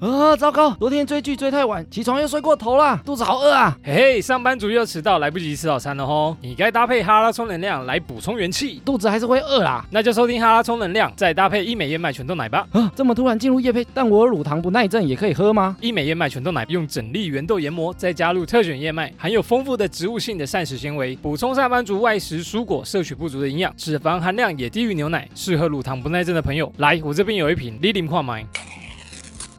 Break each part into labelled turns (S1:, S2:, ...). S1: 啊，糟糕！昨天追剧追太晚，起床又睡过头啦，肚子好饿啊！
S2: 嘿嘿，上班族又迟到，来不及吃早餐了吼！你该搭配哈拉充能量来补充元气，
S1: 肚子还是会饿啦。
S2: 那就收听哈拉充能量，再搭配一美燕麦全豆奶吧。
S1: 啊，这么突然进入夜配，但我有乳糖不耐症也可以喝吗？
S2: 一美燕麦全豆奶用整粒原豆研磨，再加入特选燕麦，含有丰富的植物性的膳食纤维，补充上班族外食蔬果摄取不足的营养，脂肪含量也低于牛奶，适合乳糖不耐症的朋友。来，我这边有一瓶 Lily 矿麦。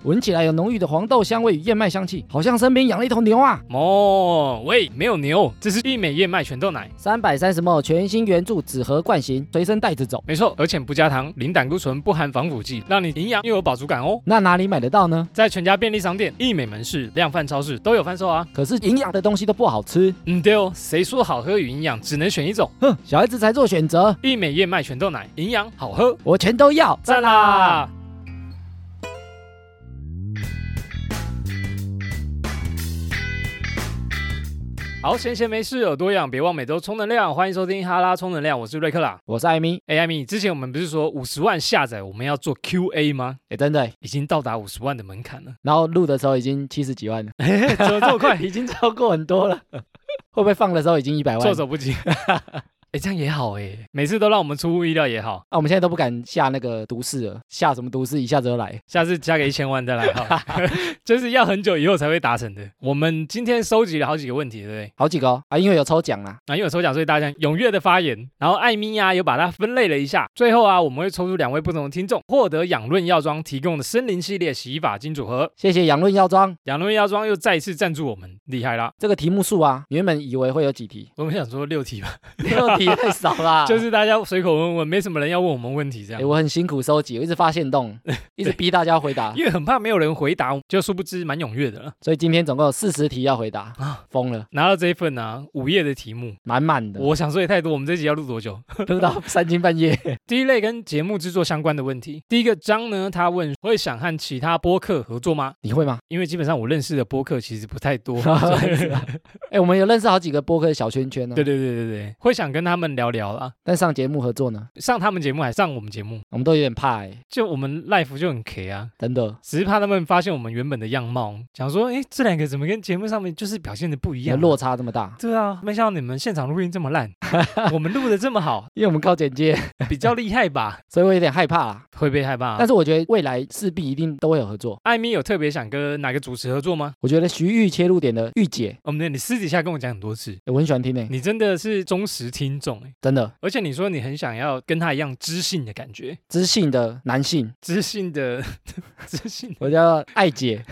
S1: 闻起来有浓郁的黄豆香味与燕麦香气，好像身边养了一头牛啊！
S2: 哦，喂，没有牛，这是一美燕麦全豆奶，
S1: 三百三十 ml 全新原著纸盒罐型，随身带着走。
S2: 没错，而且不加糖，零胆固醇，不含防腐剂，让你营养又有饱足感哦。
S1: 那哪里买得到呢？
S2: 在全家便利商店、益美门市、量贩超市都有贩售啊。
S1: 可是营养的东西都不好吃，
S2: 嗯，对哦，谁说好喝与营养只能选一种？
S1: 哼，小孩子才做选择，
S2: 益美燕麦全豆奶，营养好喝，
S1: 我全都要，
S2: 赞啦！好，闲闲没事有多养，别忘每周充能量。欢迎收听哈拉充能量，我是瑞克啦。
S1: 我是艾米，
S2: 哎，艾米，之前我们不是说五十万下载我们要做 QA 吗？
S1: 哎，真的耶，
S2: 已经到达五十万的门 槛了，
S1: 然后录的时候已经七十几万了，
S2: 怎么这么快？
S1: 已经 超过很多了， 会不会放的时候已经一百万
S2: 措
S1: 了？
S2: 手不 及。哎，这样也好哎，每次都让我们出乎意料也好，
S1: 啊，我们现在都不敢下那个都市了，下什么都市一下子就来。
S2: 下次加个一千万再来哈， 就是要很久以后才会达成的。我们今天收集了好几个问题，对不对？
S1: 好几个、哦、啊，因为有抽奖啦，
S2: 啊，因为有抽奖，所以大家踊跃的发言。然后艾米啊，有把它分类了一下。最后啊，我们会抽出两位不同的听众，获得养润药妆提供的森林系列洗发精组合。
S1: 谢谢养润药妆。
S2: 养润药妆又再次赞助我们，厉害啦！，
S1: 这个题目数啊，原本以为会有几题
S2: 我们想说六 题吧，
S1: 六题太少啦。
S2: 就，是大家随口问问，没什么人要问我们问题这
S1: 哎、
S2: 样。
S1: 我很辛苦收集，我一直发现洞，一直逼大家回答，
S2: 因为很怕没有人回答，就殊不知蛮踊跃的了。
S1: 所以今天总共有四十题要回答，
S2: 啊
S1: 疯了，
S2: 拿到这一份啊，午夜的题目，
S1: 满满的，
S2: 我想说也太多，我们这集要录多久？
S1: 录到三更半夜。
S2: 第一类跟节目制作相关的问题。第一个张呢，他问会想和其他播客合作吗？
S1: 你会吗？
S2: 因为基本上我认识的播客其实不太 多。
S1: 哎、我们有认识好几个播客的小圈圈呢、
S2: 对对对对对，会想跟他们聊聊啦，
S1: 但上节目合作呢，
S2: 上他们节目还上我们节目，
S1: 我们都有点怕哎、
S2: 就我们 life 就很 K 啊，
S1: 真的。
S2: 只是怕他们发现我们原本的样貌，想说，哎，这两个怎么跟节目上面就是表现的不一
S1: 有
S2: 样、啊
S1: 落差这么大，
S2: 对啊，没想到你们现场录音这么 烂，我们录的这么好，
S1: 因为我们靠简介，
S2: 比较厉害吧？
S1: 所以我有点害怕啦。
S2: 会被害怕、
S1: 但
S2: 啊。
S1: 是我觉得未来势必一定都会有合作。
S2: 艾米有特别想跟哪个主持合作吗？
S1: 我觉得徐玉切入点的玉姐，
S2: 我们你私底下跟我讲很多次，
S1: 欸我很喜欢听诶、
S2: 你真的是忠实听众哎，
S1: 真的
S2: 而且你说你很想要跟他一样知性的感觉，
S1: 知性的男性，
S2: 知性的知性，
S1: 我叫艾姐，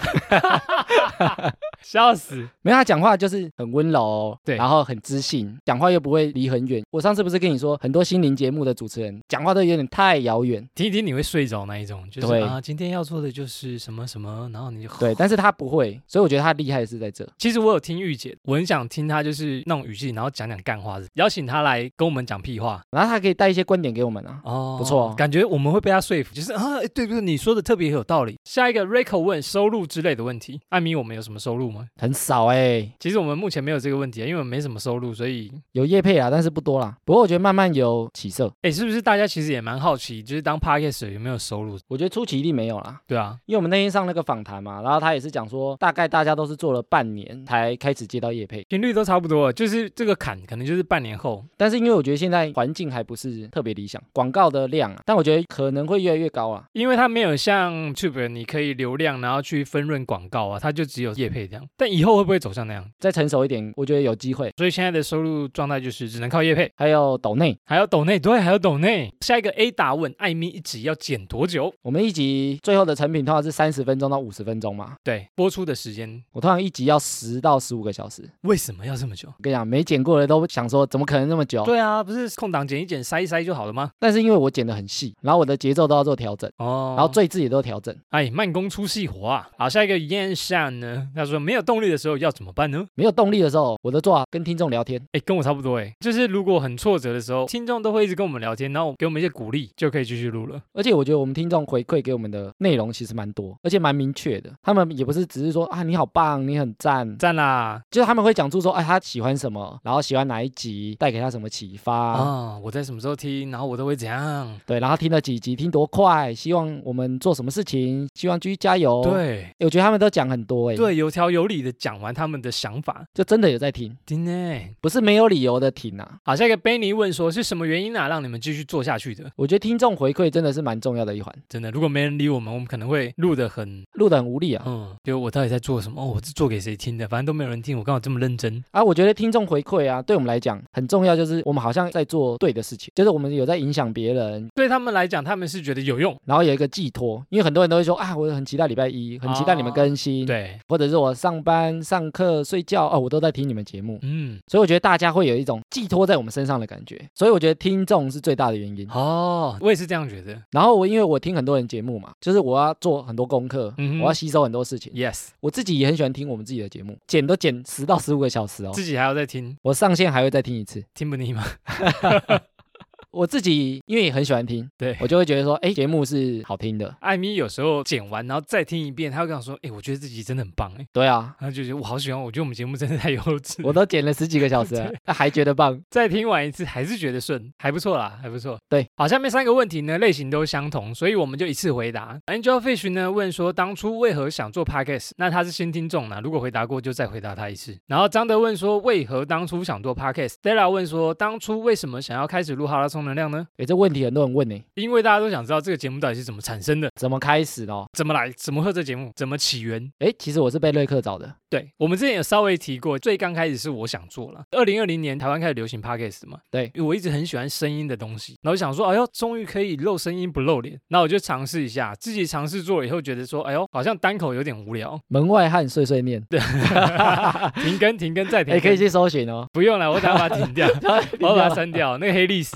S2: 笑死！
S1: 没有她讲话就是很温柔、哦
S2: 对
S1: 然后很知性，讲话又不会离很远。我上次不是跟你说，很多心灵节目的主持人讲话都有点太遥远，
S2: 听一听你会睡着那一种，就是
S1: 对
S2: 啊，今天要做的就是什么什么，然后你就
S1: 对，。但是她不会，所以我觉得她厉害的是在这。
S2: 其实我有听玉姐，我很想听她就是那种语气，然后讲讲干话，邀请她来跟我们讲屁话
S1: 然后她可以带一些观点给我们啊，
S2: 哦
S1: 不错哦
S2: 感觉我们会被她说服，就是啊，哎对对，你说的特别有道理。下一个 Rico 问收入之类的问题，艾米，我们有什么收入吗？
S1: 很少哎、
S2: 其实我们目前没有这个问题，因为我们没什么收入，所以
S1: 有业配啊，但是不多啦。不过我觉得慢慢有起色，
S2: 哎，是不是大家其实也蛮好奇，就是当 podcast 有没有收入？
S1: 我觉得初期一定没有啦。
S2: 对啊，
S1: 因为我们那天上那个访谈嘛，然后他也是讲说，大概大家都是做了半年才开始接到业配，
S2: 频率都差不多了，啊就是这个坎可能就是半年后。
S1: 但是因为我觉得现在环境还不是特别理想，广告的量啊，但我觉得可能会越来越高啊。
S2: 因为它没有像 Tube 你可以流量，然后去分润广告啊，它就只有业配这样。但以后会不会走向那样？
S1: 再成熟一点，我觉得有机会。
S2: 所以现在的收入状态就是只能靠业配，
S1: 还有抖内，
S2: 还有抖内，对，还有抖内。下一个 A 打问艾米一集要剪多久？
S1: 我们一集最后的成品通常是三十分钟到五十分钟嘛，
S2: 对，播出的时间
S1: 我通常一集要十到十五个小时。
S2: 为什么要这么久？
S1: 我跟你讲，没剪过的都想说，怎么可能那么久？
S2: 对啊，不是空档剪一剪塞一塞就好了吗？
S1: 但是因为我剪得很细，然后我的节奏都要做调整，
S2: 哦，
S1: 然后最字也都调整。
S2: 哎，慢工出细活啊。好，下一个 Yan Shan 呢？他说没有动力的时候要怎么办呢？
S1: 没有动力的时候，我都做法跟听众聊天。
S2: 哎，跟我差不多哎，就是如果很挫折的时候，听众都会一直跟我们聊天，然后给我们一些鼓励，就可以继续录了。
S1: 而且我觉得我们听众回馈给我们的内容其实蛮多，而且蛮明确的。他们也不是只是说啊你好棒，你很赞，
S2: 赞啦！
S1: 就是他们会讲出说哎他喜欢什么，然后喜欢哪一集，带给他什什么启发？
S2: 啊，我在什么时候听，然后我都会怎样？
S1: 对，然后听了几集，听多快，希望我们做什么事情，希望继续加油。诶，
S2: 对
S1: 我觉得他们都讲很多、诶，哎
S2: 对，有条有理的讲完他们的想法，
S1: 就真的有在听，
S2: 真的。
S1: 不是没有理由的听啊。
S2: 好，下一个 Benny 问说是什么原因啊，让你们继续做下去的？
S1: 我觉得听众回馈真的是蛮重要的一环，
S2: 真的，如果没人理我们，我们可能会录得很，
S1: 录的很无力啊。
S2: 嗯，比如我到底在做什么？哦，我是做给谁听的？反正都没有人听，我干嘛这么认真？
S1: 啊，我觉得听众回馈啊，对我们来讲很重要，就是我们好像在做对的事情，就是我们有在影响别人，
S2: 对他们来讲，他们是觉得有用。
S1: 然后有一个寄托。因为很多人都会说啊，我很期待礼拜一，很期待你们
S2: 哦
S1: 更新，，
S2: 对，
S1: 或者是我上班、上课、睡觉哦，我都在听你们节目。
S2: 嗯，
S1: 所以我觉得大家会有一种寄托在我们身上的感觉，所以我觉得听众是最大的原因。
S2: 哦，我也是这样觉得。
S1: 然后我因为我听很多人节目嘛，就是我要做很多功课，
S2: 嗯哼
S1: 我要吸收很多事情。
S2: Yes，
S1: 我自己也很喜欢听我们自己的节目，剪都剪十到十五个小时哦
S2: 自。己还要再听，
S1: 我上线还会再听一次。
S2: 听不 腻吗？
S1: 我自己因为也很喜欢听，
S2: 对
S1: 我就会觉得说，哎，节目是好听的。
S2: 艾米有时候剪完然后再听一遍，他会跟我说：“哎、我觉得自己真的很棒哎。
S1: 对啊”，
S2: 然后就觉得我好喜欢，我觉得我们节目真的太幼稚。
S1: 我都剪了十几个小时了，还觉得棒。
S2: 再听完一次还是觉得顺，还不错啦，还不错。
S1: 对，
S2: 好，下面三个问题呢类型都相同，所以我们就一次回答。Angel Fish 呢问说当初为何想做 Podcast，那他是新听众呢，如果回答过就再回答他一次。然后张德问说为何当初想做 Podcast，Stella 问说当初为什么想要开始录哈拉充能量呢？
S1: 哎，这问题很多人问呢，
S2: 因为大家都想知道这个节目到底是怎么产生的，
S1: 怎么开始哦？
S2: 怎么来，怎么会有这节目，怎么起源。
S1: 哎，其实我是被瑞克找的，
S2: 对我们之前有稍微提过，最刚开始是我想做了。二零二零年台湾开始流行 podcast 嘛，
S1: 对，
S2: 因为我一直很喜欢声音的东西，然后想说，哎呦，终于可以露声音不露脸，那我就尝试一下，自己尝试做了以后，觉得说，哎呦，好像单口有点无聊
S1: 门外汉碎碎念，
S2: 停更停更再停
S1: 哎，
S2: 更，
S1: 可以去搜寻哦。
S2: 不用了，我等下把它 停掉， 我要把它删掉，那个黑历史，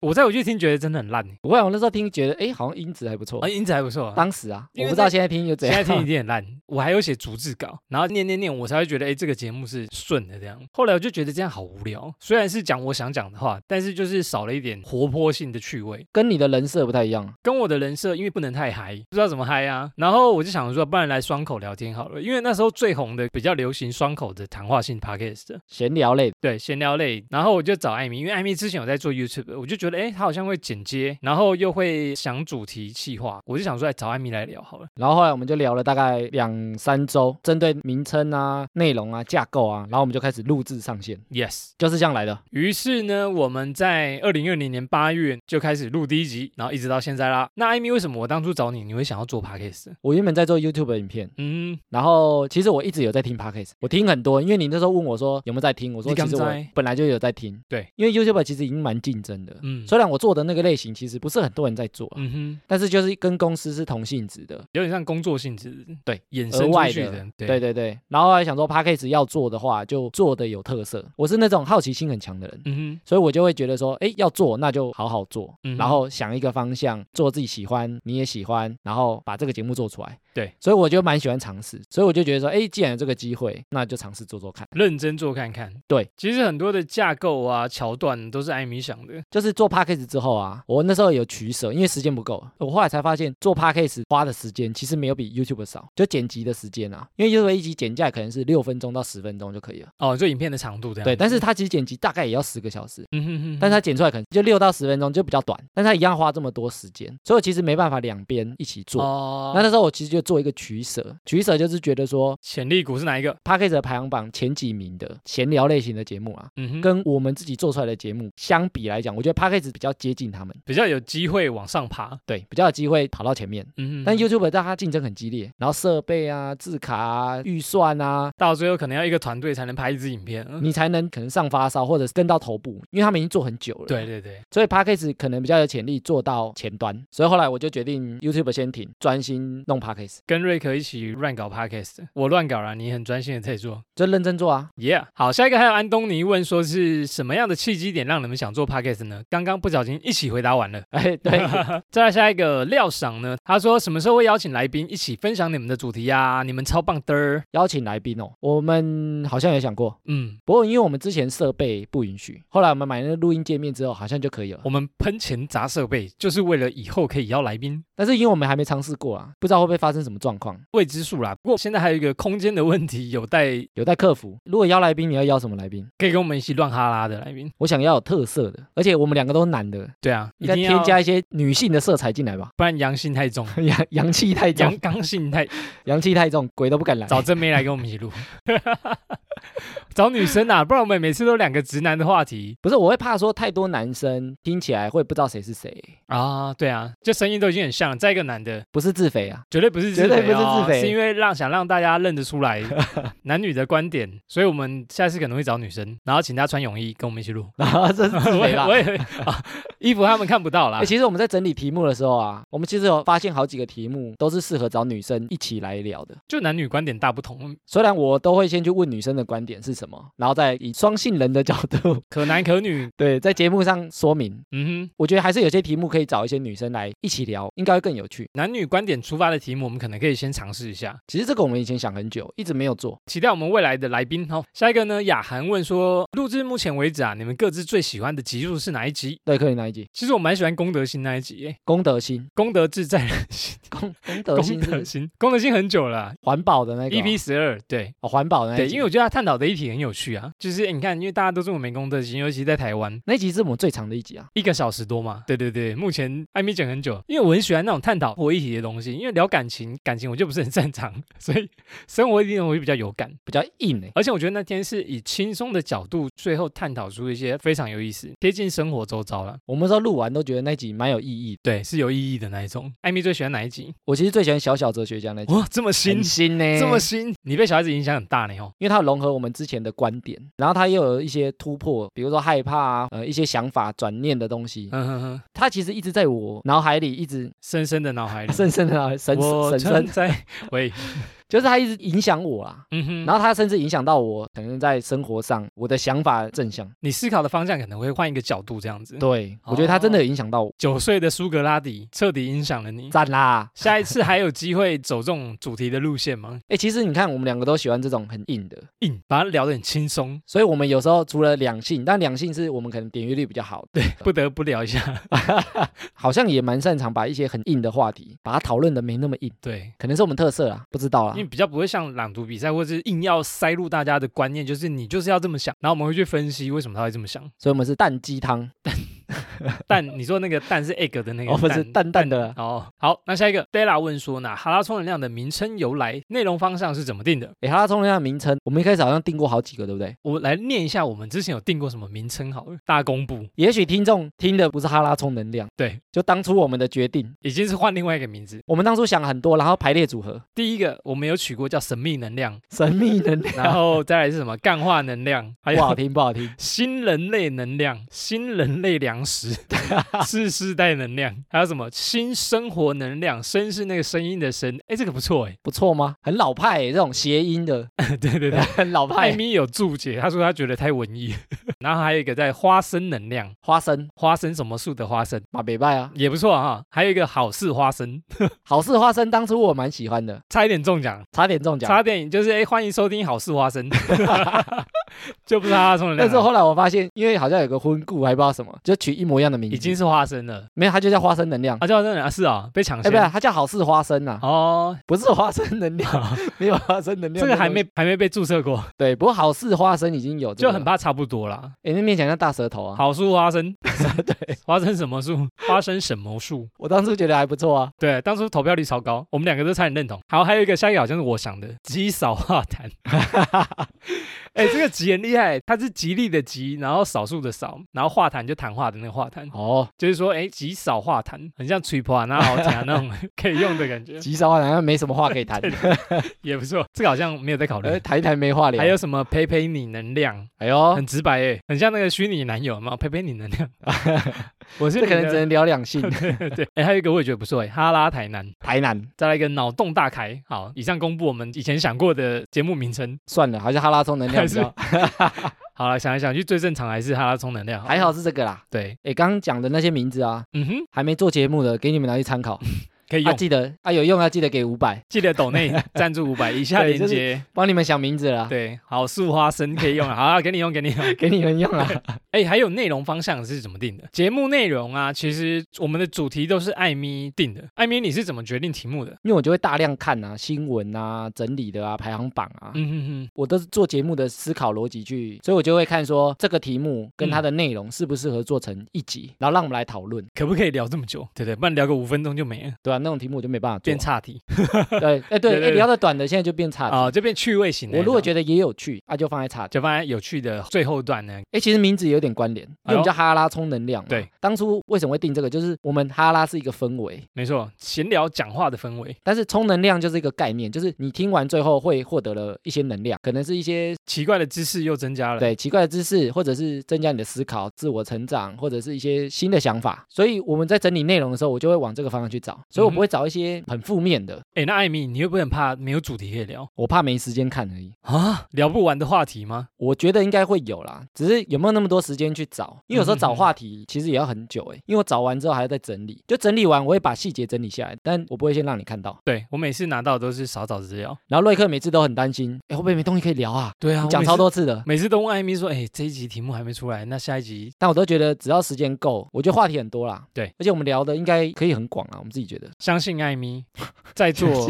S2: 我再回去听觉得真的很烂，
S1: 不会，我那时候听觉得，哎，好像音质还不错
S2: 啊，。音质还不错、啊。
S1: 当时啊，我
S2: 因为
S1: 不知道现在听又怎
S2: 现在
S1: 样。
S2: 听一定很烂， 我还有写逐字稿，然后念念念，我才会觉得，哎，这个节目是顺的这样。后来我就觉得这样好无聊，虽然是讲我想讲的话，但是就是少了一点活泼性的趣味，
S1: 跟你的人设不太一样，
S2: 跟我的人设因为不能太嗨，不知道怎么嗨啊。然后我就想说，不然来双口聊天好了，因为那时候最红的比较流行双口的谈话性 podcast，
S1: 闲聊类的，
S2: 对，闲聊类。然后我就找艾米，因为艾米之前有在做 YouTube，我就觉得，哎，她好像会剪接，然后又会想主题企划，我就想说，哎，找艾米来聊好了。
S1: 然后后来我们就聊了大概两三周，针对名称啊、内容啊、架构啊，然后我们就开始录制上线，
S2: Yes。
S1: 就是这样来的。
S2: 于是呢，我们在二零二零年八月就开始录第一集，然后一直到现在啦。那艾米，为什么我当初找你，你会想要做 podcast？
S1: 我原本在做 YouTube 的影片，
S2: 嗯，
S1: 然后其实我一直有在听 Podcast，我听很多，因为你那时候问我说有没有在听，我说
S2: 你刚
S1: 其实我
S2: 在
S1: 本来就有在听，
S2: 对，
S1: 因为 YouTube 其实已经蛮竞争的，
S2: 嗯
S1: 虽然我做的那个类型其实不是很多人在做啊、
S2: 嗯哼，
S1: 但是就是跟公司是同性质的，
S2: 有点像工作性质，
S1: 对，
S2: 衍
S1: 额
S2: 生
S1: 外
S2: 出去
S1: 的
S2: 的，
S1: 对对对，然后还想说 p a c k a g e 要做的话，就做的有特色。我是那种好奇心很强的人，
S2: 嗯哼，
S1: 所以我就会觉得说，哎，要做那就好好做，
S2: 嗯哼
S1: 然后想一个方向，做自己喜欢，你也喜欢，然后把这个节目做出来。
S2: 对，
S1: 所以我就蛮喜欢尝试，所以我就觉得说，哎，既然有这个机会，那就尝试做做看。
S2: 认真做看看。
S1: 对，
S2: 其实很多的架构啊、桥段都是艾米想的。
S1: 就是做 p a c k a g e 之后啊，我那时候有取舍，因为时间不够，我后来才发现做 p a c k a g e 花的时间其实没有比 YouTube 少，就剪辑的时间啊，因为 YouTube 一集剪价可能是六分钟到十分钟就可以了。
S2: 哦，就影片的长度这样。
S1: 对，但是它其实剪辑大概也要十个小时，
S2: 嗯哼哼，
S1: 但是它剪出来可能就六到十分钟，就比较短，但是它一样花这么多时间，所以我其实没办法两边一起做。
S2: 哦，
S1: 那那时候我其实就做一个取舍，取舍就是觉得说
S2: 潜力股是哪一个？
S1: p a c k a g e 排行榜前几名的闲聊类型的节目啊，
S2: 嗯哼，
S1: 跟我们自己做出来的节目相比来讲，我觉得 p a c k a g e 比较接近他们，
S2: 比较有机会往上爬。
S1: 对，比较有机会跑到前面。
S2: 嗯哼，
S1: 但 YouTube 大它竞争很激烈，然后设备啊、字卡啊、预算啊，
S2: 到最后可能要一个团队才能拍一支影片。嗯
S1: 你才能可能上发烧或者是跟到头部，因为他们已经做很久了。
S2: 对对对，
S1: 所以 p a c k a g e 可能比较有潜力做到前端，所以后来我就决定 YouTube 先停，专心弄 p a c k a g e
S2: 跟瑞克一起乱搞 podcast，我乱搞了，你很专心的在做
S1: 就认真做啊。
S2: ，Yeah。好，下一个还有安东尼问说是什么样的契机点让你们想做 podcast 呢？刚刚不小心一起回答完了。啊
S1: 哎， 对，
S2: 再来下一个廖赏呢，他说什么时候会邀请来宾一起分享你们的主题呀、你们超棒的儿。
S1: 邀请来宾哦，我们好像有想过，
S2: 嗯，
S1: 不过因为我们之前设备不允许，后来我们买那个录音界面之后，好像就可以了。
S2: 我们喷钱砸设备，就是为了以后可以邀来宾。
S1: 但是因为我们还没尝试过啊，不知道会不会发生什么状况，
S2: 未知数啦，不过现在还有一个空间的问题，有待
S1: 有待克服。如果邀来宾，你要邀什么来宾？
S2: 可以跟我们一起乱哈拉的来宾。
S1: 我想要有特色的，而且我们两个都是男的，
S2: 对啊，一
S1: 应该
S2: 定要
S1: 添，加一些女性的色彩进来吧。
S2: 不然阳性太重，
S1: 阳阳气太
S2: 阳
S1: 重，
S2: 刚性太，
S1: 阳气太重，鬼都不敢来。
S2: 找真妹来跟我们一起录， 找女生啊，不然我们每次都两个直男的话题
S1: 不是，我会怕说太多男生听起来会不知道谁是谁，
S2: 啊。对啊，这声音都已经很像了，再一个男的，
S1: 不是自肥啊。
S2: 绝对不是自
S1: 绝对
S2: 肥
S1: 不是
S2: 哦
S1: 自肥
S2: 是因为让想让大家认得出 来男女的观点，所以我们下次可能会找女生，然后请她穿泳衣跟我们一起 录。
S1: 啊，这是自
S2: 我
S1: 肥
S2: 也
S1: 吧？
S2: 我也 啊，衣服他们看不到啦
S1: 欸、。其实我们在整理题目的时候啊，我们其实有发现好几个题目都是适合找女生一起来聊的。
S2: 就男女观点大不同，
S1: 虽然我都会先去问女生的观点是什么，然后再以双性人的角度，
S2: 可男可女，
S1: 对，在节目上说明。
S2: 嗯哼，
S1: 我觉得还是有些题目可以找一些女生来一起聊，应该会更有趣。
S2: 男女观点出发的题目，我们可能可以先尝试一下，
S1: 其实这个我们以前想很久，一直没有做。
S2: 期待我们未来的来宾。好，下一个呢，雅涵问说，录至目前为止啊，你们各自最喜欢的集数是哪一集？
S1: 对，可以那一集
S2: 其实我蛮喜欢功德心那一集耶，
S1: 功德心，
S2: 功德志在 人心，
S1: 功功德
S2: 功
S1: 心是不
S2: 德
S1: 是
S2: 心，功德心很久了啊、
S1: 环保的那个
S2: EP 十二，对，
S1: 哦，环保的那
S2: 对，
S1: 一集。
S2: 因为我觉得他探讨的议题很有趣啊，就是诶你看，因为大家都这么没公德心，尤其在台湾，
S1: 那一集是我们最长的一集啊。
S2: 一个小时多嘛。对对对，目前艾米讲很久，因为我很喜欢那种探讨活议题的东西，因为聊感情，感情我就不是很擅长， 所以生活一定我会比较有感。
S1: 比较硬哎、
S2: 而且我觉得那天是以轻松的角度，最后探讨出一些非常有意思、贴近生活周遭了，
S1: 我们说录完都觉得那集蛮有意义的。
S2: 对，是有意义的那一种。艾米最喜欢哪一 集？
S1: 我其实最喜欢小小哲学家那 集，
S2: 哇，这么新欸
S1: 很，新呢、
S2: 这么新，你被小孩子影响很大呢哦。
S1: 因为它有融合我们之前的观点，然后它又有一些突破，比如说害怕啊，呃，一些想法转念的东西，
S2: 嗯哼哼，
S1: 它其实一直在我脑海里，一直
S2: 深深的脑海里，
S1: 深深的深
S2: 嗯我
S1: 深
S2: 存
S1: 深，
S2: 在，喂，
S1: 就是它一直影响我啊。
S2: 嗯哼，
S1: 然后它甚至影响到我，可能在生活上我的想法正向。
S2: 你思考的方向可能会换一个角度，这样子。
S1: 对，我觉得它真的有影响到我，
S2: 九岁的苏格拉底彻底影响了你。
S1: 赞啦！
S2: 下一次还有机会走这种主题的路线吗？
S1: 哎，其实你看，我们两个都喜欢这种很硬的，
S2: 硬把它聊得很轻松，
S1: 所以我们有时候除了两性，但两性是我们可能点阅率比较好的，
S2: 不得不聊一下。
S1: 好像也蛮擅长把一些很硬的话题，把它讨论的没那么硬，
S2: 对，
S1: 可能是我们特色啦，不知道啦
S2: 因为。比较不会像朗读比赛或者是硬要塞入大家的观念，就是你就是要这么想，然后我们会去分析为什么他会这么 想。
S1: 所以我们是蛋鸡汤，
S2: 蛋，你说那个蛋是 egg 的那个
S1: 哦，不是淡淡的啦。
S2: 哦，好，那下一个 Della 问说呢，哈拉充能量的名称由来、内容方向是怎么定的？
S1: 诶，哈拉充能量的名称，我们一开始好像定过好几个，对不对？
S2: 我来念一下，我们之前有定过什么名称好了，大公布。
S1: 也许听众听的不是哈拉充能量，
S2: 对，
S1: 就当初我们的决定，
S2: 已经是换另外一个名字。
S1: 我们当初想很多，然后排列组合，
S2: 第一个我们有取过叫神秘能量，
S1: 神秘能 量，
S2: 然后再来是什么干化能量，还
S1: 不好
S2: 有
S1: 听，不好听，
S2: 新人类能量、新人类粮食、次世代能量，还有什么新生活能量，声是那个声音的声，哎，这个不 错哎，
S1: 不错吗？很老派欸，这种谐音 的，
S2: 对对对。
S1: 很老
S2: 艾
S1: 派。
S2: 米有注解，他说他觉得太文艺， 然后还有一个在花生能量，
S1: 花生
S2: 花生什么树的花生
S1: 马北拜啊，
S2: 也不错哈，还有一个好事花生，
S1: 好事花生，当初我蛮喜欢的，
S2: 差一点中奖，
S1: 差点中奖。
S2: 差点就是哎，欢迎收听好事花生，就不是他充能
S1: 但
S2: 量了，
S1: 是后来我发现，因为好像有个婚故，还不知道什么，就取一模一样的名字，
S2: 已经是花生了。
S1: 没有，它就叫花生能量。
S2: 啊，叫真人啊，是啊，被抢
S1: 哎，
S2: 先。
S1: 不是，它叫好事花生呐，
S2: 哦，
S1: 不是花生能量， 没有花生能量，
S2: 啊这个还没还没被注册过，
S1: 对，不过好事花生已经有、
S2: 就很。怕差不多啦。
S1: 哎，那面讲像大舌头啊，
S2: 好树 花生，对，花生什么树？花生什么树？
S1: 我当初觉得还不错啊。
S2: 对，当初投票率超高，我们两个都差点认同。好，还有一个下一个好像是我想的，极少化 痰。哎、这个极很厉害，它是吉利的吉，然后少数的少，然后化痰就谈话的那个化痰，
S1: 哦，
S2: 就是说，哎、极少化痰，很像吹破啊那好甜 那种可以用的感觉，
S1: 极少话好像没什么话可以 谈，
S2: 也不错。这个好像没有在考虑
S1: 呃，。谈一谈没话聊。
S2: 还有，什么陪陪你能量，
S1: 哎呦，
S2: 很直白诶，很像那个虚拟男友嘛，陪陪你 能量。我是
S1: 这可
S2: 你
S1: 能
S2: 的
S1: 只能聊两性。
S2: 对，哎，还有一个我也觉得不错哎，哈拉台南，
S1: 台南
S2: 再来一个脑洞大开。好，以上公布我们以前想过的节目名称，
S1: 算了，好像哈拉充能量
S2: 还
S1: 比
S2: 是
S1: 较。
S2: 好了，想来想去，最正常还是哈拉充能量。
S1: 还好是这个啦。
S2: 对，
S1: 哎，刚刚讲的那些名字啊，
S2: 嗯哼，
S1: 还没做节目的，给你们拿去参考。
S2: 可以
S1: 啊，
S2: 用，
S1: 记得啊，有用要记得给五百，
S2: 记得抖 内赞助五百，以下
S1: 对
S2: 连
S1: 就是
S2: 接。
S1: 帮你们想名字啦，
S2: 对，好，素花生可以用了，好啊，给你用，给你用。
S1: 给你们用啊啦。
S2: 哎，还有内容方向是怎么定的？节目内容啊，其实我们的主题都是艾咪定的。艾咪，你是怎么决定题目的？
S1: 因为我就会大量看啊新闻啊、整理的啊、排行榜啊，
S2: 嗯哼哼，
S1: 我都是做节目的思考逻辑去，所以我就会看说这个题目跟它的
S2: 嗯
S1: 内容适不适合做成一集，然后让我们来讨论，
S2: 可不可以聊这么久？对对，不然聊个五分钟就没了，
S1: 对吧、那种题目我就没办法做
S2: 变。岔题
S1: 对， 哎
S2: 对
S1: 对，
S2: 对
S1: 哎聊的短的现在就变差。
S2: 啊，就变趣味型的那
S1: 我
S2: 种。
S1: 如果觉得也有趣，啊就放在差。
S2: 就放在有趣的最后段呢，
S1: 哎，其实名字有点关联，因为我
S2: 哎呦
S1: 们叫哈拉充能量嘛。
S2: 对，
S1: 当初为什么会定这个？就是我们哈拉是一个氛围，
S2: 没错，闲聊讲话的氛围，
S1: 但是充能量就是一个概念，就是你听完最后会获得了一些能量，可能是一些
S2: 奇怪的知识又增加了。
S1: 对奇怪的知识，或者是增加你的思考、自我成长，或者是一些新的想法。所以我们在整理内容的时候，我就会往这个方向去找，所以我
S2: 嗯
S1: 不会找一些很负面的，
S2: 哎，那艾米，你会不会很怕没有主题可以聊
S1: 我怕没时间看而已。
S2: 啊？聊不完的话题吗？
S1: 我觉得应该会有啦，只是有没有那么多时间去找？因为有时候
S2: 嗯
S1: 找
S2: 嗯嗯
S1: 话题其实也要很久欸诶、因为我找完之后还要再整理，就整理完我会把细节整理下来，但我不会先让你看到。
S2: 对我每次拿到都是少找资料。
S1: 然后瑞克每次都很担心，哎，会不会没东西可以聊啊？
S2: 对啊
S1: 讲超，多次的，
S2: 每次都问艾米说，哎，这一集题目还没出来，那下一集
S1: 但我都觉得只要时间够，我觉得话题很多啦。
S2: 对，
S1: 而且我们聊的应该可以很广啊，我们自己觉得。
S2: 相信艾米 在做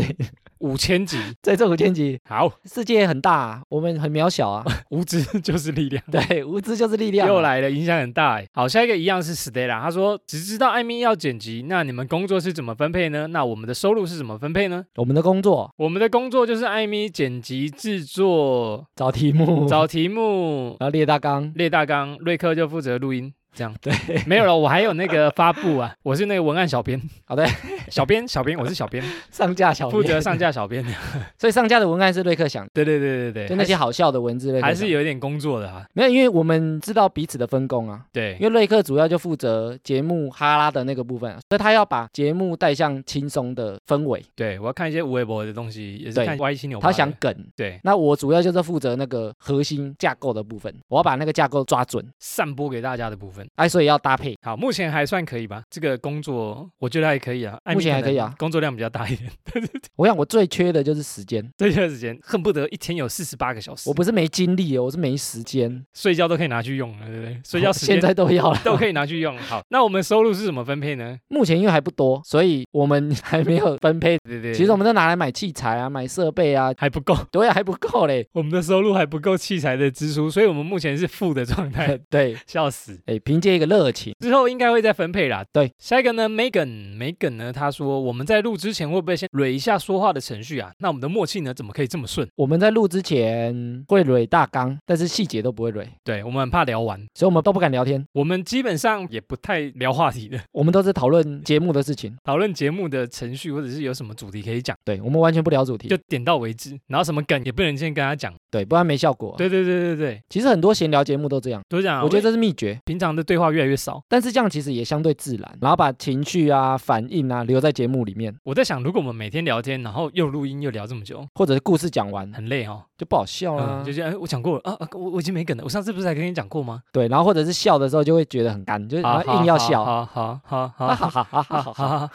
S2: 五千集，
S1: 在这五千集，
S2: 好，
S1: 世界很大、啊，我们很渺 小啊。
S2: 无知就是力量。
S1: 对，啊无知就是力量、
S2: 又，来了，影响很大哎。好，下一个一样是 Stella，他说只知道艾米要剪辑，那你们工作是怎么分配呢？那我们的收入是怎么分配呢？
S1: 我们的工作
S2: 我们的工作就是艾米剪辑、制作、
S1: 找题目，
S2: 找题目、呃
S1: 然后列大纲。
S2: 列大纲，瑞克就负责录音。这样 对，没有了，我还有那个发布啊， 我是那个文案小编，
S1: 好的，
S2: 小编，小编，我是小编，
S1: 上架小
S2: 负责
S1: 编，
S2: 上架小编。
S1: 所以上架的文案是瑞克想的，
S2: 对对对对
S1: 就
S2: 对，
S1: 那些好笑的文字瑞克
S2: 还
S1: 想
S2: 是有一点工作的啊。
S1: 没有，因为我们知道彼此的分工啊。
S2: 对
S1: 因，为瑞克主要就负责节目哈拉的那个部分、啊，所以他要把节目带向轻松的氛围，
S2: 对我要看一些微博的东西，也是
S1: 对
S2: 看歪七扭八的。
S1: 他想梗。
S2: 对
S1: 那我主要就是负责那个核心架构的部分，我要把那个架构抓准，
S2: 散播给大家的部分。
S1: 哎，所以要搭配。
S2: 好，目前还算可以吧。这个工作我觉得还可以啊，艾
S1: 目
S2: 米
S1: 前
S2: 可
S1: 还可以啊
S2: 能工作量比较大一点。
S1: 我想我最缺的就是时间，
S2: 这段时间恨不得一天有四十八个小时，
S1: 我不是没精力哦，我是没时间，
S2: 睡觉都可以拿去用了，对不对？睡觉 时间
S1: 现在都要了。
S2: 都可以拿去用。好，那我们收入是怎么分配呢？
S1: 目前因为还不多，所以我们 还没有分配。
S2: 对对，
S1: 其实我们都拿来买器材啊，买设备啊，
S2: 还不够，
S1: 对啊，还不够嘞。。
S2: 我们的收入还不够器材的支出，所以我们目前是负的状态
S1: 对，
S2: 笑死！
S1: 哎，凭借一个热情，
S2: 之后应该会再分配啦。
S1: 对，
S2: 下一个呢，Megan，Megan 呢，他说我们在录之前会不会先蕊一下说话的程序啊？那我们的默契呢，怎么可以这么顺？
S1: 我们在录之前会蕊大纲，但是细节都不会蕊，
S2: 对我们很怕聊完，
S1: 所以我们都不敢聊天，
S2: 我们基本上也不太聊话题的，
S1: 我们都是讨论节目的事情。
S2: 讨论节目的程序或者是有什么主题可以讲，
S1: 对，我们完全不聊主题
S2: 就，点到为止，然后什么梗也不能先跟他讲。
S1: 对，不然没效果。
S2: 对对对对对，
S1: 其实很多闲聊节目都这样，
S2: 都这样啊。
S1: 哦我觉得
S2: 因为
S1: 这是秘诀。
S2: 平常的对话越来越少，
S1: 但是这样其实也相对自然，然后把情绪啊、反应啊留在节目里面，
S2: 我在想，如果我们每天聊天，然后又录音又聊这么久，或
S1: 或者是故事讲完
S2: 很累哦。
S1: 就不好笑啦、
S2: 嗯，就是哎，我讲过了啊啊，我我已经没梗了。我上次不是还跟你讲过吗？
S1: 对，然后或者是笑的时候就会觉得很干，就是
S2: 好
S1: 然后硬要笑，
S2: 好啊好好好
S1: 啊哈
S2: 好
S1: 哈哈哈哈
S2: 好
S1: 哈哈，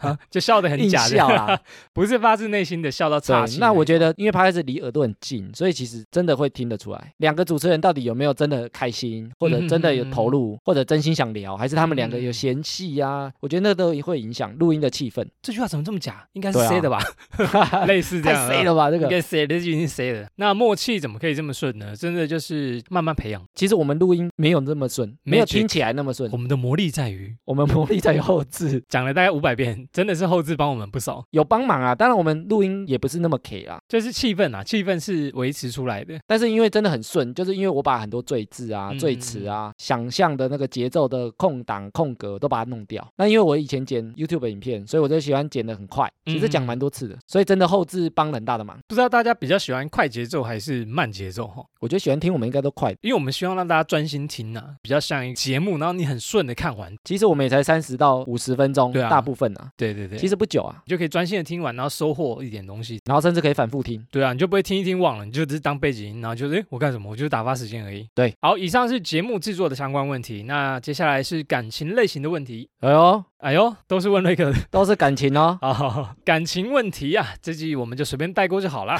S2: 好好，就笑啊得 很
S1: 硬
S2: 假
S1: 笑
S2: 的，
S1: 啦。
S2: 不是发自内心的笑到岔
S1: 对
S2: 气，。
S1: 那我觉得因为 p 开始离耳朵很近，所以其实真的会听得出来，两个主持人到底有没有真的开心，或者真的有投入，或者真心想聊，还是他们两个有嫌隙呀、我觉得那都会影响录音的气氛。
S2: 这句话怎么这么假？应该是
S1: 对啊
S2: C 的吧？ 类似这
S1: 太
S2: 样，啊
S1: 谁了吧这啊
S2: 应
S1: 个？
S2: 该 C 的，这句已经 C 的。那默契怎么可以这么顺呢？真的就是慢慢培养。
S1: 其实我们录音没有那么顺，没有听起来那么顺
S2: 我，们的魔力在于
S1: 我们魔力在于后置。
S2: 讲了大概五百遍，真的是后置帮我们不少，
S1: 有帮忙啊，当然我们录音也不是那么 K 啦，
S2: 就是气氛啊，气氛是维持出来的。
S1: 但是因为真的很顺，就是因为我把很多赘字啊、
S2: 嗯
S1: 赘词啊、想项的那个节奏的空档空格都把它弄掉。那因为我以前剪 YouTube 影片，所以我就喜欢剪得很快，其
S2: 嗯
S1: 实讲蛮多次的，所以真的后置帮了很大的忙。
S2: 不知道大家比较喜欢快节奏还是慢节奏哈？
S1: 我觉得喜欢听我们应该都快，
S2: 因为我们希望让大家专心听呐、比较像一个节目，然后你很顺的看完。
S1: 其实我们也才三十到五十分钟，
S2: 对啊
S1: 大部分啊，
S2: 对对对，
S1: 其
S2: 实
S1: 实不久啊，
S2: 你就可以专心的听完，然后收获一点东西。
S1: 然后甚至可以反复听。
S2: 对啊，你就不会听一听忘了，你就只是当背景音，然后就是诶我干什么？我就是打发时间而已。
S1: 对，
S2: 好，以上是节目制作的相关问题，那接下来是感情类型的问题。
S1: 哎呦，
S2: 哎呦，都是问瑞克的，
S1: 都是感情哦
S2: 好，感情问题啊，这集我们就随便带过就好啦。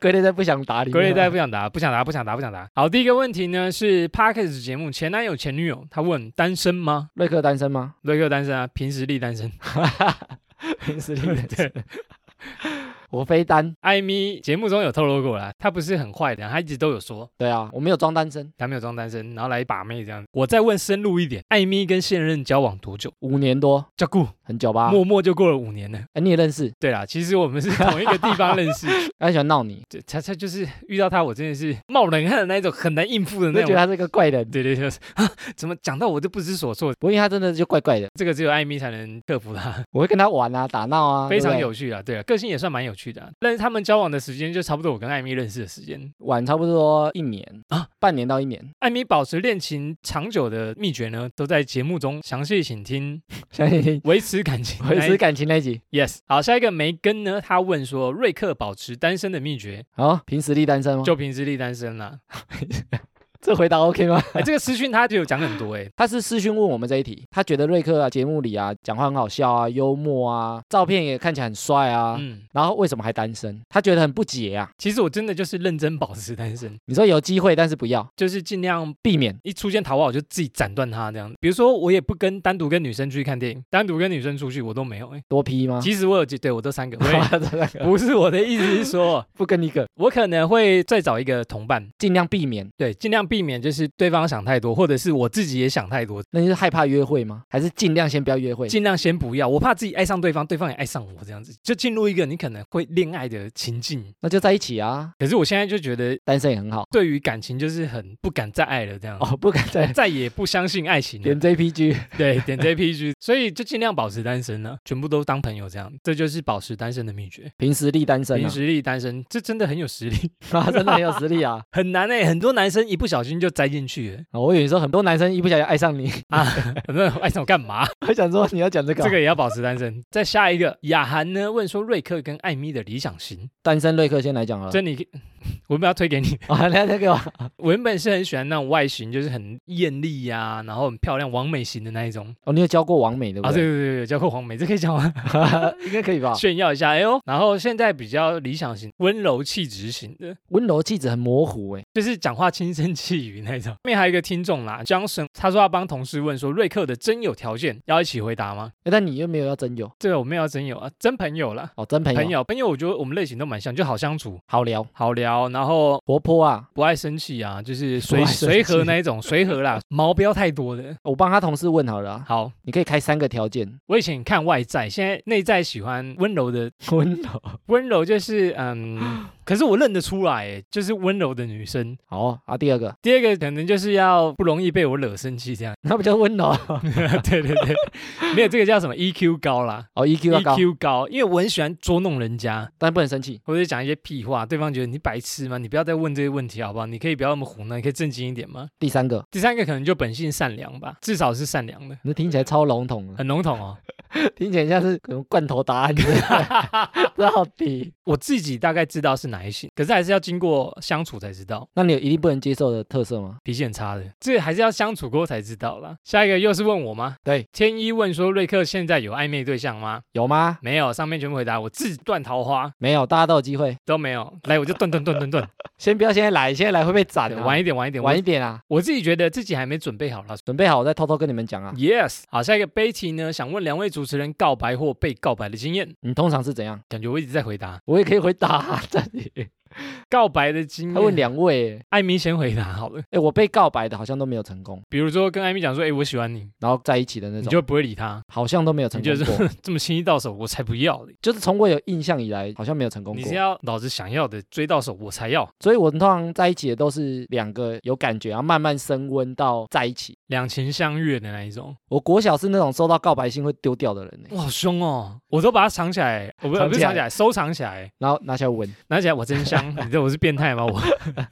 S1: 龟裂在不想打你。
S2: 格瑞戴不想答，不想答，不想答，不想答。好，第一个问题呢是 Parkes 节目前男友前女友，他问单身吗？
S1: 瑞克单身 吗？
S2: 瑞克单身啊，凭实力 单身。
S1: 平时里 我非单，
S2: 艾米节目中有透露过啦，他不是很坏的，他一直都有说
S1: 对啊，我没有装单身，
S2: 他没有装单身，然后来把妹这样。我再问深入一点，艾米跟现任交往多久？
S1: 五年多，
S2: 照顾
S1: 很久吧？
S2: 默默就过了五年了。
S1: 哎，你也认识，哎
S2: 对啦，其实我们 是同一个地方认识，
S1: 他喜欢闹你，
S2: 对他他就是遇到他，我真的是冒冷汗的那一种，很难应付的
S1: 你就
S2: 那
S1: 觉得
S2: 种。
S1: 他是个怪人。
S2: 对对对，就是啊，怎么讲到我就不知所措，
S1: 不过因为他真的就怪怪的，
S2: 这个只有艾米才能克服他。
S1: 我会跟他玩啊，打闹啊，
S2: 非
S1: 对不
S2: 常
S1: 对
S2: 有趣啊，对啊，个性也算蛮有趣的啊、但是他们交往的时间就差不多我跟艾米认识的时间。
S1: 晚差不多一年
S2: 啊
S1: 啊，半年到一年，
S2: 艾米保持恋情长久的秘诀呢，都在节目中详细，请听
S1: 相 信
S2: 维持感情那 一。
S1: 维 持感情那一集。
S2: yes。好，下一个梅根呢，他问说，瑞克保持单身的秘诀，
S1: 好，凭实力单身吗？
S2: 就凭实力单身啦。
S1: 这回答 OK 吗？
S2: 哎，这个私讯他就有讲很多哎、
S1: 他是私讯问我们这一题，他觉得瑞克啊节目里啊讲话很好笑啊，幽默啊，照片也看起来很帅 啊，
S2: 嗯，
S1: 然后为什么还单身？他觉得很不解啊。
S2: 其实我真的就是认真保持单身，
S1: 你说有机会，但是不要
S2: 就是尽量
S1: 避免。
S2: 一出现桃花我就自己斩断他这样。比如说，我也不跟单独跟女生出去看电影，单独跟女生出去我都没有哎、
S1: 多批吗？
S2: 其实我有几对我都三个，我也
S1: 不
S2: 不是我的意思是说，
S1: 不跟你梗，
S2: 我可能会再找一个同伴，
S1: 尽量避免。
S2: 对，尽量避免就是对方想太多，或者是我自己也想太多，
S1: 那你是害怕约会吗？还是尽量先不要约会？
S2: 尽量先不要，我怕自己爱上对方，对方也爱上我，这样子就进入一个你可能会恋爱的情境。
S1: 那就在一起啊，
S2: 可是我现在就觉得，
S1: 单身也很好。
S2: 对于感情就是很不敢再爱了，这样。
S1: 哦，不敢再
S2: 再也不相信爱情
S1: 点
S2: 了，
S1: JPG。
S2: 对，点 JPG，所以就尽量保持单身了、啊全部都当朋友这样，这就是保持单身的秘诀。
S1: 凭实力单身
S2: 凭
S1: 啊，
S2: 实力单身，这真的很有实力，
S1: 啊真的很有实力啊！
S2: 很难哎、很多男生一不小心就栽进去了，
S1: 啊我以为你说很多男生一不小心爱上你，
S2: 啊，很多人爱上我干嘛？
S1: 我想说你要讲这个啊，
S2: 这个也要保持单身。再下一个，雅涵呢问说瑞克跟艾米的理想型，
S1: 单身瑞克先来讲好了
S2: 这。你 我们要推给你。
S1: 啊，来那个吧
S2: 我原本是很喜欢那种外形就是很艳丽呀、然后很漂亮、完美型的那一种
S1: 哦，你有教过王美对
S2: 啊。
S1: 不
S2: 对
S1: 对？
S2: 对对对，叫过黄梅，这可以讲吗？
S1: 应该可以吧？
S2: 炫耀一下，哎呦。然后现在比较理想型，温柔气质型的。
S1: 温柔气质很模糊哎，
S2: 就是讲话轻声细语那一种。后面还有一个听众啦，Johnson，他说要帮同事问说瑞克的真友条件，要一起回答吗？
S1: 欸诶但你又没有要真友
S2: 这个我没有要真友啊，真朋友啦，
S1: 哦，真朋
S2: 朋
S1: 友
S2: 友朋友，我觉得我们类型都蛮像，就好相处，
S1: 好聊，
S2: 好聊，然后
S1: 活泼啊。
S2: 不爱生气 啊，就是
S1: 不
S2: 随
S1: 爱生
S2: 随和
S1: 气
S2: 那一种，随 和啦，毛不要太多的。
S1: 我帮他同事问好了啊，
S2: 好，
S1: 你可以开三个条件，
S2: 我以前看外在，现在内在喜欢温柔的，
S1: 温柔
S2: 温柔就是嗯， 可是我认得出来耶，就是温柔的女生。
S1: 好哦啊，第二个
S2: 第二个可能就是要不容易被我惹生气 这样。
S1: 那不叫温柔啊
S2: 对对对，没有这个叫什么 EQ 高啦。
S1: 哦，EQ 要高，
S2: EQ 高，因为我很喜欢捉弄人家，
S1: 但不能生气。
S2: 或者讲一些屁话，对方觉得你白痴吗？你不要再问这些问题好不好？你可以不要那么胡闹，你可以正经一点吗？
S1: 第三个，
S2: 第三个可能就本性善良吧，至少是善良的，
S1: 你听起来超笼统 的，
S2: 很笼统 哦。
S1: 听起来像是可能罐头答案，到底？
S2: 我自己大概知道是哪一型，可是还是要经过相处才知道，
S1: 那你有一定不能接受的特色吗？
S2: 脾气很差的，这还是要相处过才知道啦。下一个又是问我吗？
S1: 对，
S2: 天一问说瑞克现在有暧昧对象吗？
S1: 有吗？
S2: 没有，上面全部回答我自断桃花
S1: 没有，大家都有机会，
S2: 都没有，来我就断断断 断断，
S1: 先不要现在来，现在来会被斩
S2: 对
S1: 啊。
S2: 晚一点晚一点
S1: 晚
S2: 晚
S1: 一，点啊，
S2: 我我自己觉得自己还没准备好啦。
S1: 准备好我再偷偷跟你们讲啊。
S2: Yes，好，下一个 Betty 呢，想问两位主持人告白或被告白的经验，
S1: 你通常是怎样？
S2: 感觉我一直在回答。
S1: 我也可以回答、啊、这里。
S2: 告白的经验。
S1: 他问两位、欸，
S2: 艾米先回答好了，
S1: 哎、我被告白的好像都没有成功，
S2: 比如说跟艾米讲说，哎、我喜欢你，
S1: 然后在一起的那
S2: 你
S1: 种，
S2: 就不会理他，
S1: 好像都没有成
S2: 你
S1: 功
S2: 就是
S1: 过，
S2: 这么轻易到手，我才不要嘞。
S1: 就是从我有印象以来，好像没有成功
S2: 你
S1: 过
S2: 是。要老子想要的追到手我才要，
S1: 所以我们通常在一起的都是两个有感觉，然后慢慢升温到在一起。
S2: 两情相悦的那一种，
S1: 我国小是那种收到告白信会丢掉的人、欸，
S2: 哇，好凶哦！我都把它藏起来，我不
S1: 藏
S2: 不是
S1: 起来
S2: 藏起来，收藏起来，
S1: 然后拿起来闻，
S2: 拿起来我真香，你知道我是变态吗？我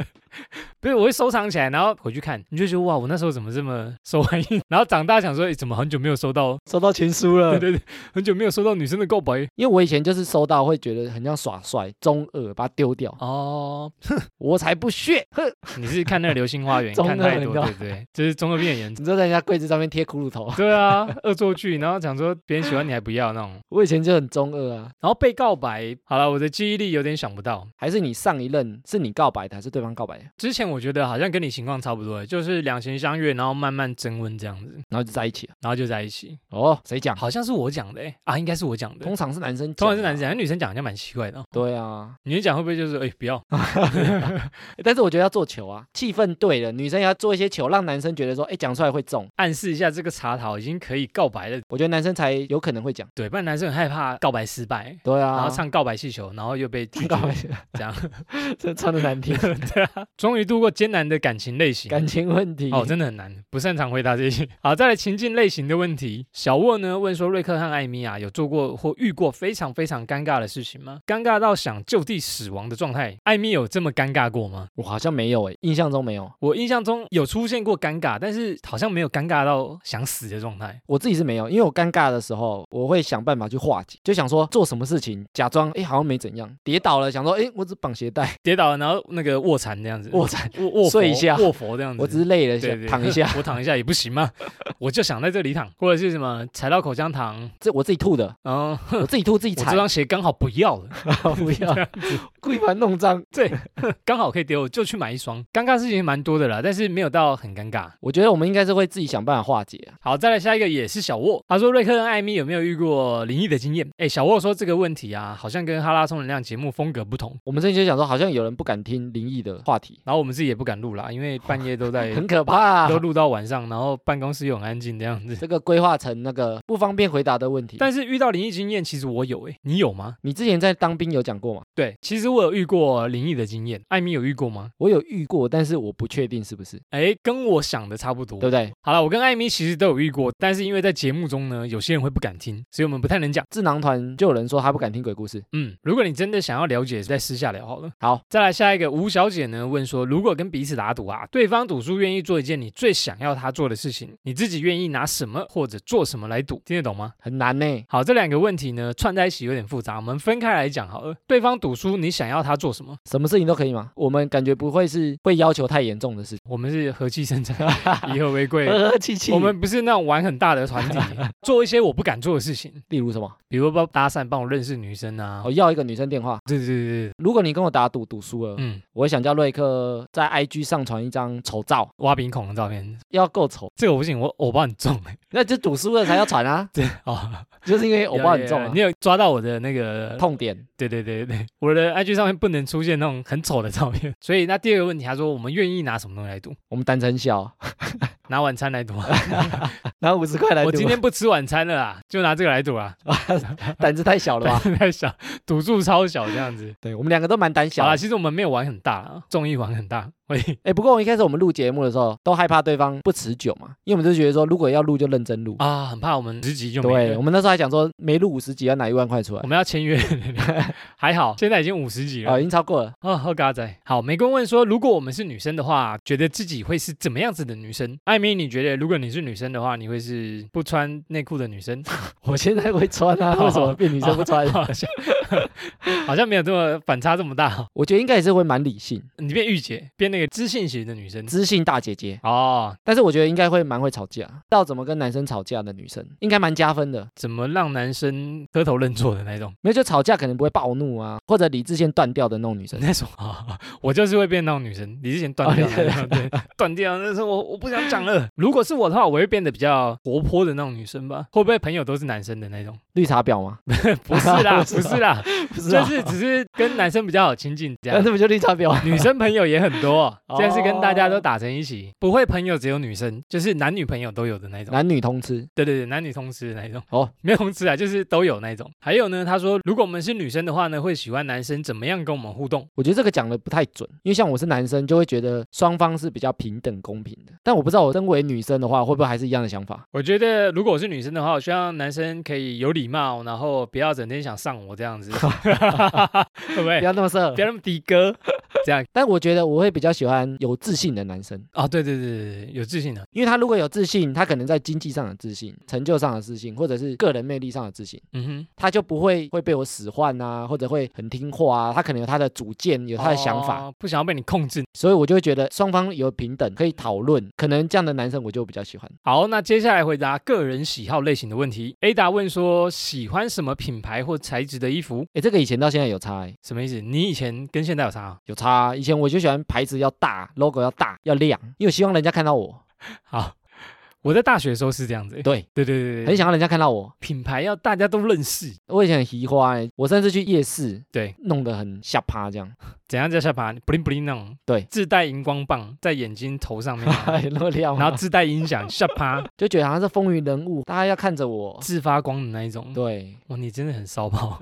S2: 不是，我会收藏起来，然后回去看，你就觉得哇，我那时候怎么这么受欢迎？ 然后长大想说，诶怎么很久没有收到，
S1: 收到情书了
S2: 对对对，很久没有收到女生的告白
S1: 因为我以前就是收到会觉得很像耍帅、中二，把它丢掉，
S2: 哦。
S1: 我才不屑！哼，》
S2: 你是看那个《流星花园
S1: 中
S2: 看
S1: 二
S2: 太
S1: 你
S2: 多，
S1: 知道
S2: 对不对？就是中二病的严重。
S1: 你就在人家柜子上面贴骷髅头，
S2: 对啊，恶作剧，然后讲说别人喜欢你还不要那种，
S1: 我以前就很中二啊。
S2: 然后被告白。好了，我的记忆力有点想不到。
S1: 还是你上一任是你告白的，还是对方告白的？
S2: 之前我觉得好像跟你情况差不多，欸就是两情相悦，然后慢慢增温这样子，
S1: 然后就在一起了。
S2: 然后就在一起。
S1: 哦，谁讲？
S2: 好像是我讲的、欸、啊，应该是我讲的。
S1: 通常是男生，啊
S2: 通常是男生。讲，女生讲好像蛮奇怪的、哦。
S1: 对啊，
S2: 女生讲会不会就是哎、不要？
S1: 但是我觉得要做球啊，气氛对了，女生也要做一些球，让男生觉得说，哎，讲出来会中。
S2: 暗示一下这个茶桃已经可以告白了，
S1: 我觉得男生才有可能会讲。
S2: 对，不然男生很害怕告白失败，欸
S1: 对啊，
S2: 然后唱告白气球，然后又被拒
S1: 告白
S2: 绝。，这样
S1: 这唱的难 听，
S2: 终于度过艰难的感情类型。
S1: 感情问题。
S2: 哦，真的很难，不擅长回答这些。好，再来情境类型的问题。小沃呢问说，瑞克和艾米啊有做过或遇过非常非常尴尬的事情吗？尴尬到想就地死亡的状态。艾米有这么尴尬过吗？
S1: 我好像没有诶，印象中没有，
S2: 我印象中有出现过尴尬，但是好像没有尴尬到想死的状态。
S1: 我自己是没有，因为我尴尬的时候，我会想办法去化解，就想说做什么事情，假装哎好像没怎样，跌倒了想说哎我只绑鞋带，
S2: 跌倒了，然后那个卧蚕这样子，
S1: 我才
S2: 卧卧佛
S1: 睡一下
S2: 卧佛这样子。
S1: 我只是累了
S2: 对
S1: 想
S2: 对
S1: 躺一下，，
S2: 我躺一下也不行吗？我就想在这里躺，或者是什么踩到口香糖，
S1: 这我自己吐 的，
S2: 然后
S1: 我自己吐自己
S2: 我
S1: 踩
S2: 这，双鞋刚好不要了，
S1: 不要 故意把它弄脏。
S2: 刚好可以丢，就去买一双。尴尬事情蛮多的啦，但是没有到很尴尬。
S1: 我觉得我们应该是会自己想办法化解啊。
S2: 好，再来下一个也是小沃，他说瑞克跟艾米有没有遇过灵异的经验？哎，小沃说这个问题啊，好像跟哈拉充能量节目风格不同，
S1: 我们之前就想说，好像有人不敢听灵异的话题，
S2: 然后我们自己也不敢录啦，因为半夜都在
S1: 很可怕、
S2: 都
S1: 啊。
S2: 录到晚上，然后办公室又很安静这样 子。
S1: 这个规划成那个不方便回答的问题。
S2: 但是遇到灵异经验，其实我有诶、你有吗？
S1: 你之前在当兵有讲过吗？
S2: 对，其实我有遇过灵异的经验，艾米有遇过吗？
S1: 我有遇过，但是我不确定是不是，
S2: 诶，跟我想的差不多
S1: 对。不对？
S2: 好了，我跟艾米其实都有遇过，但是因为在节目中呢，有些人会不敢听，所以我们不太能讲。
S1: 智囊团就有人说他不敢听鬼故事，
S2: 嗯，如果你真的想要了解，再私下聊好了。
S1: 好，
S2: 再来下一个，吴小姐呢问说，如果跟彼此打赌啊，对方赌输愿意做一件你最想要他做的事情，你自己愿意拿什么或者做什么来赌，听得懂吗？
S1: 很难呢。
S2: 好，这两个问题呢串在一起有点复杂，我们分开来讲好了。对方赌输，你想要他做什么？
S1: 什么事情都可以吗？我们感觉不会是会要求太严重的事情。
S2: 我们是和气生 财，以和为 贵。
S1: 和和气气
S2: 我们不是那种玩很大的团体，做一些我不敢做的事情，
S1: 例如什么？
S2: 比如帮搭讪，帮我认识女生啊
S1: 我、。要一个女生电话。
S2: 对对对对，
S1: 如果你跟我打赌赌输了，
S2: 嗯，
S1: 我想叫瑞克在 IG 上传一张丑照，
S2: 挖鼻孔的照片，
S1: 要够丑，
S2: 这个我不行，我我包很重哎、，
S1: 那就赌输了才要传啊
S2: 对哦，
S1: 就是因为我包很重
S2: 有有有
S1: 啊
S2: 你。有抓到我的那个？
S1: 痛点，
S2: 对对对对，我的 IG 上面不能出现那种很丑的照片， 所以那第二个问题，他说我们愿意拿什么东西来赌？
S1: 我们胆很小，
S2: 拿晚餐来赌啊？
S1: 拿五十块 来赌，
S2: 我今天不吃晚餐了啊，就拿这个来赌 啊，
S1: 胆子太小了 吧？
S2: 太小，赌注超小这样子。
S1: 对我们两个都蛮胆小
S2: 好
S1: 的
S2: 啦，。其实我们没有玩很大啊，综艺玩很大，喂
S1: 哎，不过我一开始我们录节目的时候，都害怕对方不持久嘛，因为我们就觉得说，如果要录就认真录。
S2: 啊，很怕我们十集就没
S1: 对，
S2: 了
S1: 我。们那时候还讲说，没录五十集要拿一万块出来哦
S2: 我，们要签约， 还好现在已经五十 集了
S1: 啊，已经超过了。
S2: 哦，好嘎仔。好，美工问说，如果我们是女生的话，觉得自己会是怎么样子的女生？艾米，你觉得如果你是女生的话，你会是不穿内裤的女生？哦
S1: 我现在会穿 啊，为什么变女生不穿？
S2: 好像 好像没有这么反差这么大哦。
S1: 我觉得应该也是会蛮理性、
S2: 你变御姐，变那个知性型的女生。
S1: 知性大姐姐，
S2: 哦，
S1: 但是我觉得应该会蛮会吵架，到怎么跟男生吵架的女生，应该蛮加分的。
S2: 怎么让男生磕头认错的那种？
S1: 没有就吵架可能不会暴怒啊，或者理智线断掉的那种 女生。
S2: 那种啊、我就是会变那种女生，理智线断
S1: 哦
S2: 掉，对， 断掉。那时候我我不想讲了。如果是我的话，我会变得比较活泼的那种女生吧？会不会朋友都是男生的那种？
S1: 绿茶婊吗？
S2: 不是啦，不是啦，啦，
S1: 不知
S2: 就
S1: 道，
S2: 是只是跟男生比较好亲近这
S1: 那
S2: 样。
S1: 这不就绿茶婊？
S2: 女生朋友也很 多，
S1: 哦
S2: 但是跟大家都打成一起，不会朋友只有女生，就是男女朋友都有的那种。
S1: 男女通吃，
S2: 对对对，男女通吃的那一种
S1: 哦，
S2: 没有通吃啊，就是都有那一种。还有呢，他说如果我们是女生的话呢，会喜欢男生怎么样跟我们互动？
S1: 我觉得这个讲的不太准，因为像我是男生，就会觉得双方是比较平等公平的。但我不知道我身为女生的话，会不会还是一样的想法？
S2: 我觉得如果我是女生的话，我希望男生可以有礼貌，然后不要整天想上我 这样子，对不
S1: 哎不
S2: 对？
S1: 要那么色
S2: 不。要那么的哥
S1: 但我觉得我会比较喜欢有自信的男生，
S2: 啊！对对对对对，有自信的、
S1: 因为他如果有自信，他可能在经济上的自信、成就上的自信，或者是个人魅力上的自信，
S2: 嗯哼，
S1: 他就不会会被我使唤啊，或者会很听话啊。他可能有他的主见，有他的想法，
S2: 哦不想要被你控制。
S1: 所以我就会觉得双方有平等可以讨论，可能这样的男生我就比较喜欢。
S2: 好，那接下来回答个人喜好类型的问题。Ada 问说，喜欢什么品牌或材质的衣服？
S1: 诶，这个以前到现在有差、欸，
S2: 什么意思？你以前跟现在有差啊？
S1: 有差、啊。以前我就喜欢牌子要大，logo 要大，要亮，因为我希望人家看到 我，
S2: 好，我在大学的时候是这样子、欸。
S1: 对，
S2: 对对对对，
S1: 很想让人家看到我。
S2: 品牌要大家都认识。
S1: 我以前很移花、欸，我甚至去夜市，
S2: 对，
S1: 弄得很下趴 这样，
S2: 怎样叫下巴？bling bling 那种。
S1: 对
S2: 自带荧光棒在眼睛头上面，
S1: 哎，那么 亮
S2: 然
S1: 吗，
S2: 后自带音响，下巴
S1: 就觉得好像是风云人物，大家要看着我。
S2: 自发光的那一种。
S1: 对，
S2: 哇，你真的很骚包！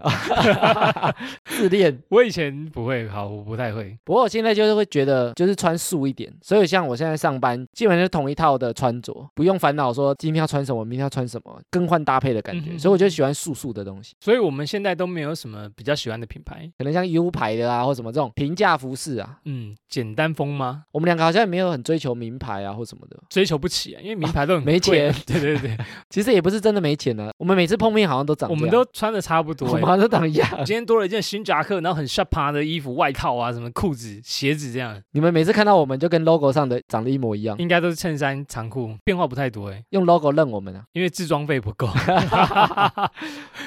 S1: 自恋。
S2: 我以前不会，好，我不太会。
S1: 不过我现在就是会觉得，就是穿素一点，所以像我现在上班，基本上是同一套的穿着，不用烦恼说今天要穿什么，明天要穿什么，更换搭配的感觉。
S2: 嗯哼
S1: 所以我就喜欢素素的东西，
S2: 所以我们现在都没有什么比较喜欢的品牌。
S1: 可能像 U 牌的啊，或什么这种平价服饰啊。
S2: 嗯，简单风吗？
S1: 我们两个好像也没有很追求名牌啊或什么的，
S2: 追求不起、啊，因为名牌都很、啊
S1: 没钱。
S2: 对对对，
S1: 其实也不是真的没钱啊。我们每次碰面好像都长这
S2: 我
S1: 样，
S2: 们都穿的差不多、 哎
S1: 我们好像都长一样。
S2: 今天多了一件新夹克，然后很下趴的衣服、外套啊，什么裤子、鞋子这样，
S1: 你们每次看到我们就跟 logo 上的长得一模一样，
S2: 应该都是衬衫、长裤，变化不太多哎，
S1: 用 logo 认我们啊。
S2: 因为自装费不够。
S1: 嗯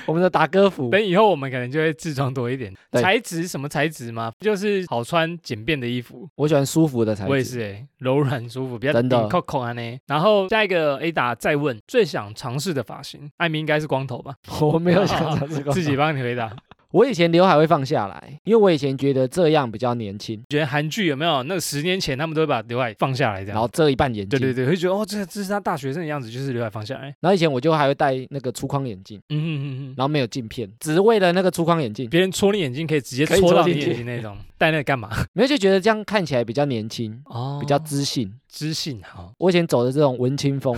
S1: 我们的打歌服，
S2: 等以后我们可能就会自装多一点。
S1: 对
S2: 材质什么材质嘛，就是好穿简便的衣服。
S1: 我喜欢舒服的材质。
S2: 我也是哎，柔软舒服，比较
S1: 真的
S2: 顶扣扣啊呢。然后下一个 A 达再问最想尝试的发型，艾米应该是光头吧？
S1: 我没有 想长这个。
S2: 自己帮你回答。
S1: 我以前刘海会放下来，因为我以前觉得这样比较年轻，
S2: 觉得韩剧有没有那个十年前他们都会把刘海放下来这
S1: 然
S2: 样
S1: 后。遮一半眼睛。
S2: 对对对，会觉得哦，这这是他大学生的样子，就是刘海放下来。哎
S1: 然后以前我就还会戴那个粗框眼镜，
S2: 嗯哼哼哼，
S1: 然后没有镜片，只为了那个粗框眼 镜，
S2: 别人戳你眼睛可以直接
S1: 可以
S2: 戳
S1: 戳
S2: 到你
S1: 进去
S2: 眼睛那种，戴那个干嘛？
S1: 没有就觉得这样看起来比较年轻，
S2: 哦
S1: 比较知性。
S2: 知性好
S1: 我以前走的这种文青风，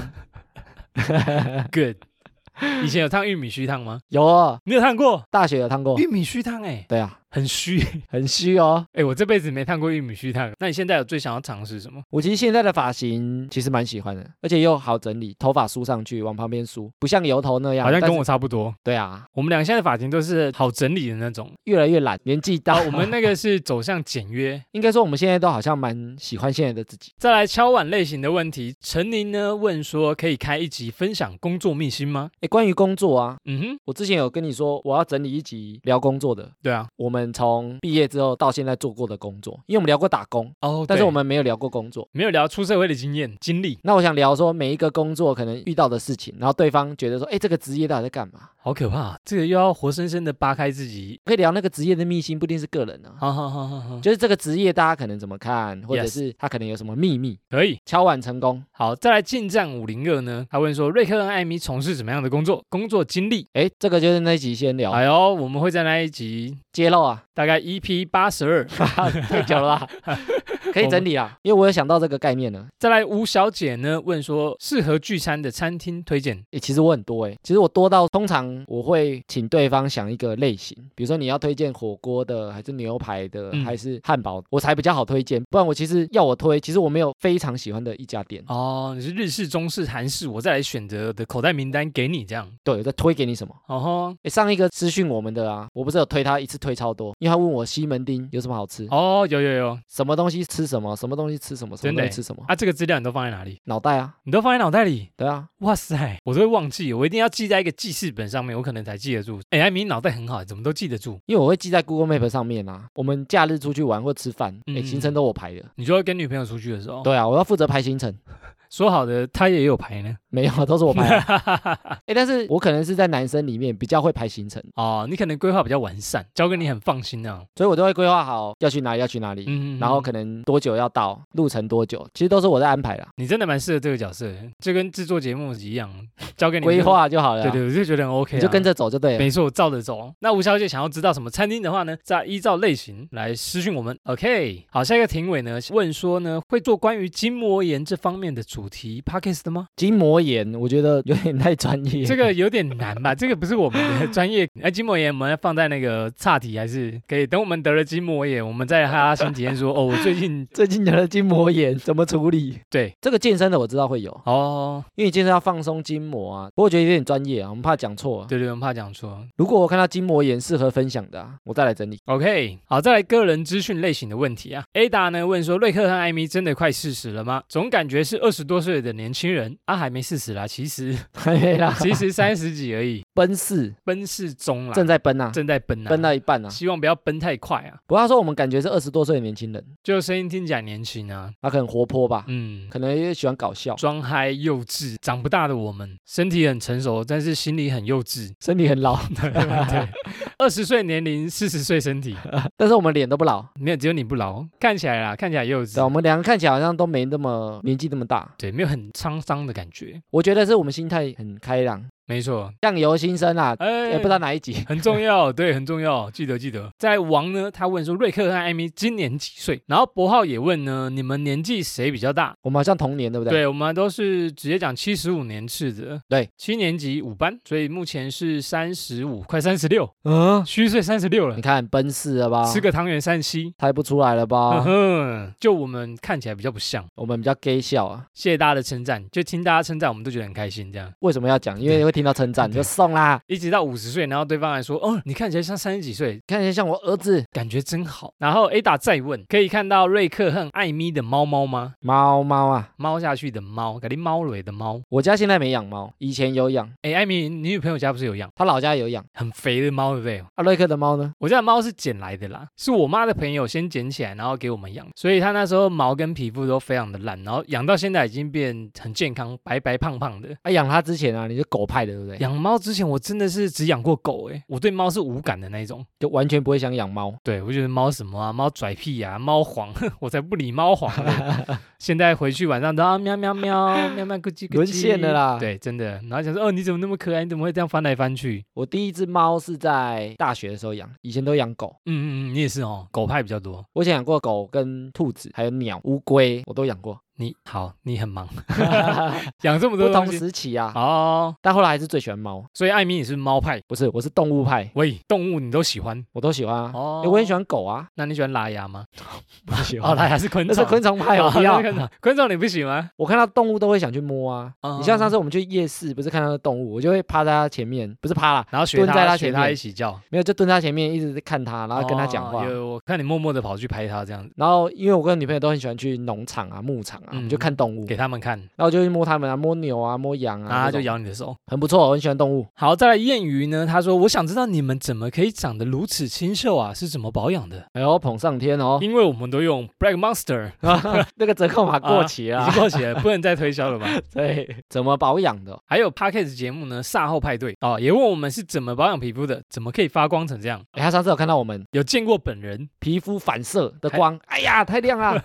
S2: ，good。以前有烫玉米须烫吗？
S1: 有哦，
S2: 你有烫过
S1: 大学有烫过
S2: 玉。米须烫？哎，
S1: 对啊，
S2: 很虚
S1: 很虚哦。
S2: 哎，我这辈子没烫过玉米须烫。那你现在有最想要尝试什么？
S1: 我其实现在的发型其实蛮喜欢的，而且又好整理，头发梳上去往旁边梳，不像油头那样。
S2: 好像
S1: 但
S2: 跟
S1: 是
S2: 我差不多。
S1: 对啊，
S2: 啊我们俩现在的发型都是好整理的那 种，
S1: 越来越懒，年纪
S2: 然
S1: 大，
S2: 后 我们那个是走向简约，
S1: 应该说我们现在都好像蛮喜欢现在的自己。
S2: 再来敲碗类型的问题，陈宁呢问说，可以开一集分享工作秘辛吗？
S1: 诶，关于工作啊，
S2: 嗯哼，
S1: 我之前有跟你说，我要整理一集聊工作的，
S2: 对啊，
S1: 我们从毕业之后到现在做过的工作，因为我们聊过打工，
S2: 哦
S1: 但是我
S2: 们
S1: 们没有聊过工作。
S2: 没有聊出社会的经验经历，
S1: 那我想聊说每一个工作可能遇到的事情，然后对方觉得说，哎，这个职业到底在干嘛？
S2: 好可怕、啊这个又要活生生的扒开自己，
S1: 可以聊那个职业的秘辛，不一定是个人啊，
S2: 好好好好好，
S1: 就是这个职业大家可能怎么看，或者
S2: Yes
S1: 是他可能有什么秘密。
S2: 可以。
S1: 敲碗成功，
S2: 好，再来进站五零二呢，他问说，瑞克和艾米从事什么样的工作，工作经历？
S1: 哎，这个就是那一集先聊
S2: 哎呦，我们会在那一集。
S1: 揭露 啊，
S2: 大概 EP 八十二，
S1: 太久了 吧，可以整理啊，因为我有想到这个概念了。
S2: 再来吴小姐呢问说适合聚餐的餐厅推荐，
S1: 诶，其实我很多诶，其实我多到通常我会请对方想一个类型，比如说你要推荐火锅的，还是牛排的，
S2: 嗯
S1: 还是汉堡，我才比较好推荐。不然我其实要我推，其实我没有非常喜欢的一家店。
S2: 哦，你是日式、中式、韩式，我再来选择的口袋名单给你这样。
S1: 对，我在推给你什么？
S2: 哦吼，
S1: 诶，上一个私讯我们的啊，我不是有推他一次推超多，因为他问我西门町有什么好吃，
S2: 哦，有有有
S1: 什么东西吃什么，什么东西吃什么，什
S2: 真
S1: 么
S2: 的
S1: 东
S2: 耶
S1: 西吃什么，
S2: 啊，这个资料你都放在哪里？
S1: 脑袋啊，
S2: 你都放在脑袋里？
S1: 对啊，
S2: 哇塞，我都会忘记，我一定要记在一个记事本上面，我可能才记得住。哎，艾米脑袋很好，怎么都记得住？
S1: 因为我会记在 Google Map 上面啊。我们假日出去玩或吃饭，诶，
S2: 嗯哦
S1: 行程都我排的。
S2: 你就会跟女朋友出去的时候，
S1: 对啊，我要负责排行程，
S2: 说好的他也有排呢。
S1: 没有，都是我排、啊。 哎、但是我可能是在男生里面比较会排行程，
S2: 哦，你可能规划比较完善，交给你很放心啊。
S1: 所以我都会规划好要去哪里，要去哪里，
S2: 嗯，
S1: 然后可能多久要到，路程多久，其实都是我在安排啦，
S2: 你真的蛮适合这个角色的，就跟制作节目一样，交给你
S1: 规。划就好了啊。
S2: 对对，我就觉得很 OK，、啊、
S1: 你就跟着走就对了。
S2: 没错，照着走。那吴小姐想要知道什么餐厅的话呢，再依照类型来私讯我们。OK，好，下一个评委呢问说呢，会做关于筋膜炎这方面的主题 podcast 的吗？
S1: 筋膜炎，我觉得有点太专业。
S2: 这个有点难吧？这个不是我们的专业。哎，筋膜炎我们要放在那个岔题，还是可以等我们得了筋膜炎，我们再哈拉新体验说，哦，我最近
S1: 最近得了筋膜炎怎么处理？
S2: 对
S1: 这个健身的我知道会有，
S2: 哦，
S1: 因为你健身要放松筋膜啊。不过我觉得有点专业啊，我们怕讲错、啊。
S2: 对对，我们怕讲错。
S1: 如果我看到筋膜炎适合分享的、啊，我再来整理。
S2: OK，好，再来个人资讯类型的问题啊。Ada 呢问说，瑞克和艾米真的快四十了吗？总感觉是二十多岁的年轻人啊，还没四十啦，其实 ，
S1: 还没啦
S2: 其实三十几而已，
S1: 奔四
S2: 奔是中啦，
S1: 正在奔啊，
S2: 正在奔啊，
S1: 奔到一半啊。
S2: 希望不要奔太快啊，
S1: 不过他说我们感觉是二十多岁的年轻人，
S2: 就声音听起来年轻啊，
S1: 他可能活泼吧，
S2: 嗯。
S1: 可能也喜欢搞笑，
S2: 装嗨幼稚，长不大的我们，身体很成熟，但是心里很幼 稚。
S1: 身体很老，
S2: 对， 二十岁年龄，四十岁身体，
S1: 但是我们脸都不老。
S2: 没有，只有你不老，看起来啦，看起来幼
S1: 对，我
S2: 稚，
S1: 们两个看起来好像都没那么年纪那么大，
S2: 对，没有很沧桑的感觉。
S1: 我觉得是我们心态很开朗，
S2: 没错，
S1: 酱油新生啊，
S2: 哎。
S1: 也不知道哪一集
S2: 很重要，对，很重要，记得记得。在王呢，他问说瑞克和艾米今年几岁？然后博浩也问呢，你们年纪谁比较大？
S1: 我们好像同年，对不对？
S2: 对，我们都是直接讲七十五年次的，
S1: 对，
S2: 七年级五班，所以目前是三十五，快三十六，
S1: 嗯，
S2: 虚岁三十六了
S1: 你，看奔四了吧？
S2: 啊吃个汤圆三七。
S1: 猜不出来了
S2: 嗯
S1: 吧？
S2: 哼，就我们看起来比较不像，
S1: 我们比较 gay 笑啊，
S2: 谢谢大家的称赞，就听大家称赞，我们都觉得很开心。这样
S1: 为什么要讲？因为会听到称赞
S2: 对
S1: 就送啦，
S2: 一直到五十岁，然后对方还说，哦，你看起来像三十几岁，
S1: 看起来像我儿子
S2: 感觉真好。然后 Ada 再问，可以看到瑞克和艾米的猫猫吗？
S1: 猫猫啊。
S2: 猫下去的猫，感觉猫蕊的猫。
S1: 我家现在没养猫，以前有养，
S2: 哎，艾米，你女朋友家不是有养
S1: 他老家有养。
S2: 很肥的猫，对不对？
S1: 啊，瑞克的猫呢？
S2: 我家的猫是捡来的啦，是我妈的朋友先捡起来，然后给我们养，所以它那时候毛跟皮肤都非常的烂，然后养到现在已经变很健康，白白胖胖的。
S1: 啊，养它之前啊，你是狗派的，对不对？
S2: 养猫之前，我真的是只养过狗、欸，我对猫是无感的那一种。
S1: 就完全不会想养猫。
S2: 对，我觉得猫什么啊，猫拽屁啊，猫黄， 我才不理猫黄 嘞现在回去晚上都啊喵喵喵喵喵咕叽咕叽，
S1: 沦陷了啦
S2: 对，真的。然后想说，哦，你怎么那么可爱？你怎么会这样翻来翻去？
S1: 我第一只猫是在大学的时候养，以前都养狗，
S2: 嗯嗯嗯，你也是哦，狗派比较多。
S1: 我以前养过狗、跟兔子，还有鸟、乌龟，我都养 过，
S2: 你好，你很忙，养这么
S1: 不
S2: 多东
S1: 同
S2: 西。
S1: 时期啊。
S2: 哦，
S1: 但后来还是最喜欢猫，
S2: 所以艾米也是猫派，
S1: 不是，我是动物派，
S2: 喂，动物你都喜欢
S1: 我都喜欢啊。
S2: 哦
S1: 欸我很喜欢狗啊，
S2: 那你喜欢拉牙吗？
S1: 不喜
S2: 哦，拉牙是昆
S1: 那
S2: 虫，
S1: 是昆虫派，我
S2: 哦
S1: 不
S2: 那
S1: 要
S2: 是。昆虫，昆虫你不喜欢？
S1: 我看到动物都会想去摸啊。你像上
S2: 次，
S1: 次我们去夜市，不是看到动物，我就会趴在它前面，不是趴啦，
S2: 然后学
S1: 蹲在
S2: 它，
S1: 它
S2: 学
S1: 前
S2: 它
S1: 面
S2: 一起叫，
S1: 没有，就蹲在它前面一直看它，然后啊跟它讲话
S2: 哦。有我看你默默的跑去拍它这样子，
S1: 然后，因为我跟女朋友都很喜欢去农场啊、牧场啊，我们就
S2: 嗯
S1: 看动物，
S2: 给他们看，
S1: 然后我就去摸它们啊，摸牛啊、摸羊
S2: 然后
S1: 啊，
S2: 它
S1: 这
S2: 就
S1: 种
S2: 咬你的手。
S1: 很不错，哦我很喜欢动物。
S2: 好，再来谚语呢？他说：“我想知道你们怎么可以长得如此清秀啊？是怎么保养的？
S1: 哎呦，捧上天 哦！
S2: 因为我们都用 Black Monster，
S1: 那个折扣码过期
S2: 已
S1: 了
S2: 经，过期了，不能再推销 了吧？
S1: 对，怎么保养的？哦
S2: 还有 Podcast 节目呢，赛后派对哦，也问我们是怎么保养皮肤的，怎么可以发光成这样？
S1: 哎，他上次有看到我们
S2: 有见过本人
S1: 皮肤反射的光，哎呀，太亮了！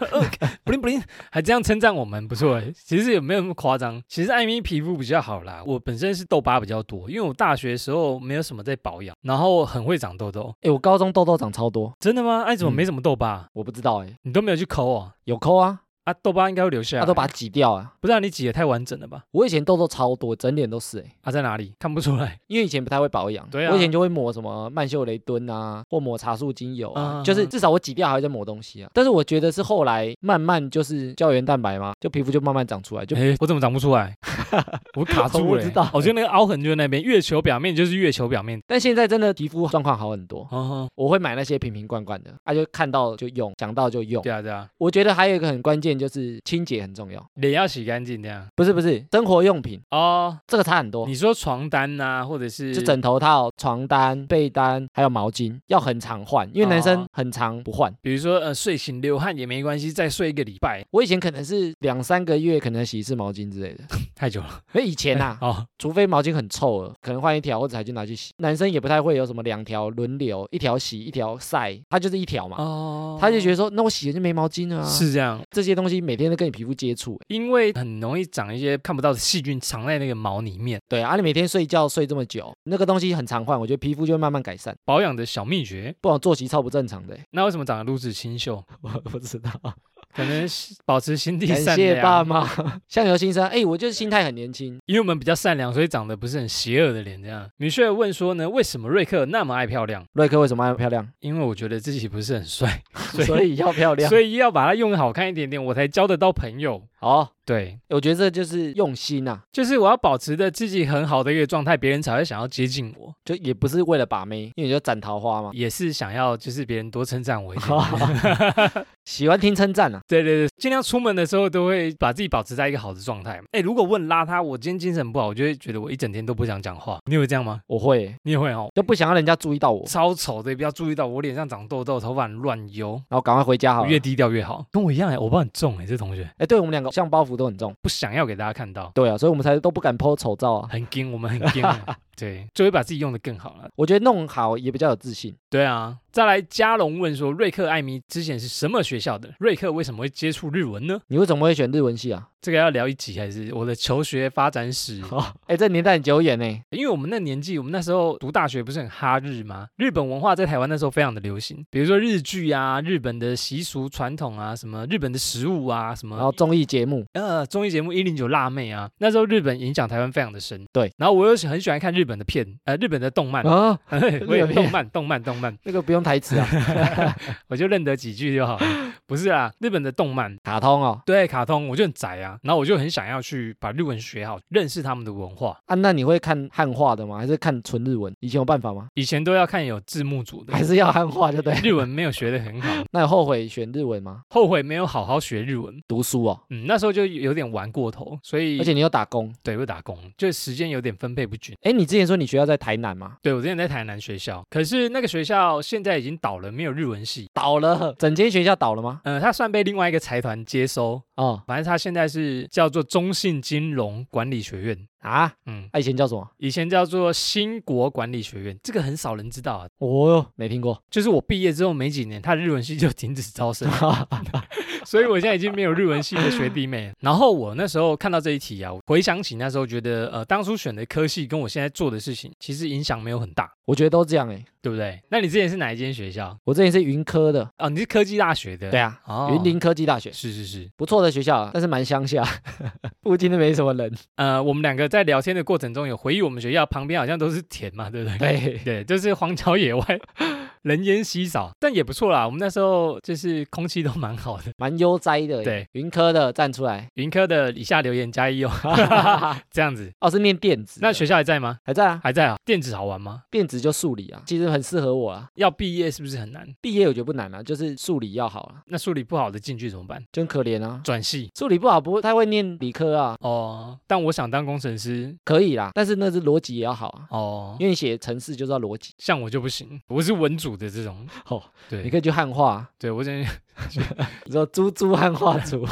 S2: ，bling bling，还这样称赞我们，不错诶。其实也没有那么夸张，其实艾米皮肤比较好啦，我本身是痘疤比较多，因为我大学的时候没有什么在保养，然后很会长痘痘。
S1: 哎，我高中痘痘长超多，
S2: 真的吗？艾怎么
S1: 嗯
S2: 没什么痘疤？
S1: 我不知道哎，
S2: 你都没有去抠哦？
S1: 有抠啊，
S2: 啊，痘疤应该会留下来。
S1: 他都把它挤掉啊。
S2: 不知道你挤得太完整了吧？
S1: 我以前痘痘超多，整脸都是哎。
S2: 啊，在哪里看不出来？
S1: 因为以前不太会保养，
S2: 对啊
S1: 我以前就会抹什么曼秀雷敦啊，或抹茶树精油啊，
S2: 嗯
S1: 就是至少我挤掉还会再抹东西啊。但是我觉得是后来慢慢就是胶原蛋白嘛，就皮肤就慢慢长出来，就
S2: 哎，我怎么长不出来？ 我卡
S1: 我
S2: 住
S1: 不
S2: 了欸、
S1: 知道
S2: 我觉得那个凹痕就在那边，月球表面就是月球表面。
S1: 但现在真的皮肤状况好很多，
S2: 哦，
S1: 我会买那些瓶瓶罐罐的，啊，就看到就用，想到就用。
S2: 对啊对啊，
S1: 我觉得还有一个很关键就是清洁很重要，
S2: 脸要洗干净这样。
S1: 不是不是生活用品，
S2: 哦，
S1: 这个差很多。
S2: 你说床单呐、或者是
S1: 就枕头套、床单、被单，还有毛巾，要很常换，因为男生
S2: 哦
S1: 很常不换。
S2: 比如说呃睡醒流汗也没关系，再睡一个礼拜
S1: 我以前可能是两三个月可能洗一次毛巾之类的，
S2: 太久了。，
S1: 因为以前啊
S2: 哦，
S1: 除非毛巾很臭了，可能换一条或者还去拿去洗。男生也不太会有什么两条轮流，一条洗一条晒，他就是一条嘛，
S2: 哦
S1: 他就觉得说，那我洗了就没毛巾了啊。
S2: 是这样，
S1: 这些东西每天都跟你皮肤接触，欸
S2: 因为很容易长一些看不到的细菌藏在那个毛里面。
S1: 对啊，你每天睡觉睡这么久，那个东西很常换，我觉得皮肤就会慢慢改善。
S2: 保养的小秘诀，
S1: 不然我作息超不正常的欸，
S2: 那为什么长得如此清秀？
S1: 我不知道。
S2: 可能是保持心地
S1: 感
S2: 善
S1: 谢爸
S2: 良，
S1: 妈， 相由心生。哎，我就是心态很年轻，
S2: 因为我们比较善良，所以长得不是很邪恶的脸。这样，米歇尔问说呢，为什么瑞克那么爱漂亮？
S1: 瑞克为什么爱漂亮？
S2: 因为我觉得自己不是很 帅， 所以
S1: 所以要漂亮。
S2: 所以要把它用得好看一点点，我才交得到朋友。
S1: 好，
S2: 对，
S1: 我觉得这就是用心啊，
S2: 就是我要保持着自己很好的一个状态，别人才会想要接近我，
S1: 就也不是为了把妹，因为你就斩桃花嘛。
S2: 也是想要就是别人多称赞我一点。
S1: 喜欢听称赞啊，
S2: 对对对，尽量出门的时候都会把自己保持在一个好的状态。哎，如果问邋遢，我今天精神不好，我就会觉得我一整天都不想讲话。你有这样吗？
S1: 我会欸
S2: 你也会哦。
S1: 就不想让人家注意到我，
S2: 超丑的，不要注意到我脸上长痘痘，头发很乱油，
S1: 然后赶快回家好
S2: 我
S1: 了
S2: 越。低调越好。跟我一样哎，我包很重哎，这同学
S1: 哎，对我们两个像包袱都很重，
S2: 不想要给大家看到，
S1: 对啊，所以我们才都不敢 PO 丑照啊。
S2: 很硬，我们很硬 啊，对，就会把自己用得更好了。
S1: 我觉得弄好也比较有自信。
S2: 对啊，再来，嘉龙问说，瑞克艾米之前是什么学校的？瑞克为什么会接触日文呢？
S1: 你为什么会选日文系啊？
S2: 这个要聊一集，还是我的求学发展史？
S1: 哎，这年代很久远呢。
S2: 因为我们那年纪，我们那时候读大学不是很哈日吗？日本文化在台湾那时候非常的流行，比如说日剧啊、日本的习俗传统啊、什么日本的食物啊、什么
S1: 然后哦综艺节目，
S2: 呃，综艺节目一零九辣妹啊，那时候日本影响台湾非常的深。
S1: 对，
S2: 然后我又是很喜欢看日本的片，呃，日本的 动漫，
S1: 啊，
S2: 我也动漫，动漫，动漫，
S1: 那个不用台词 啊，
S2: 我就认得几句就好了。不是啊，日本的动漫，
S1: 卡通哦。
S2: 对，卡通，我就很宅啊，然后我就很想要去把日文学好，认识他们的文化。
S1: 啊，那你会看汉化的吗？还是看纯日文？以前有办法吗？
S2: 以前都要看有字幕组的
S1: 还，是要汉化，对不对？
S2: 日文没有学得很好，
S1: 那有后悔选日文吗？
S2: 后悔没有好好学日文。
S1: 读书哦，
S2: 嗯，那时候就有点玩过头，所以
S1: 而且你又打工。
S2: 对，又打工，就时间有点分配不均。
S1: 哎，你之前说你学校在台南嘛，
S2: 对我之前在台南学校，可是那个学校现在已经倒了，没有日文系。
S1: 倒了，整间学校倒了吗？
S2: 呃，它算被另外一个财团接收，
S1: 哦
S2: 反正它现在是叫做中信金融管理学院，
S1: 啊，
S2: 嗯，
S1: 啊以前叫什么？
S2: 以前叫做新国管理学院，这个很少人知道啊。
S1: 哦哟，没听过。
S2: 就是我毕业之后没几年，它的日文系就停止招生， 所以我现在已经没有日文系的学弟妹了。然后我那时候看到这一题啊，我回想起那时候觉得，呃，当初选的科系跟我现在做的事情其实影响没有很大，
S1: 我觉得都这样哎、
S2: 对不对？那你之前是哪一间学校？
S1: 我之前是云科的，
S2: 哦，你是科技大学的，
S1: 对啊，
S2: 哦，
S1: 云林科技大学
S2: 是是是，
S1: 不错的学校啊，但是蛮乡下， 附近都没什么人。
S2: 呃，我们两个在聊天的过程中有回忆，我们学校旁边好像都是田嘛，对不对？
S1: 对，
S2: 对，就是荒郊野外，人烟稀少，但也不错啦。我们那时候就是空气都蛮好的。
S1: 蛮悠哉的、欸。
S2: 对，。
S1: 云科的站出来
S2: 云科的以下留言加一哦， 这样子。
S1: 哦，是念电子的，
S2: 那学校还在吗？
S1: 还在啊，
S2: 还在啊。电子好玩吗？
S1: 电子就数理啊，其实很适合我啊。
S2: 要毕业是不是很难？
S1: 毕业我觉得不难啊，就是数理要好啊，
S2: 那数理不好的进去怎么办？
S1: 就很可怜啊。
S2: 转系
S1: 数理不好，不太会念理科啊，
S2: 哦。但我想当工程师
S1: 可以啦，但是那是逻辑也要好啊，
S2: 哦，
S1: 因为你写程式就知道逻 辑。
S2: 像我就不行，我是文组的这种。
S1: 哦，你
S2: 对
S1: 可以去汉化啊，
S2: 对，我真
S1: 你说猪猪汉化组，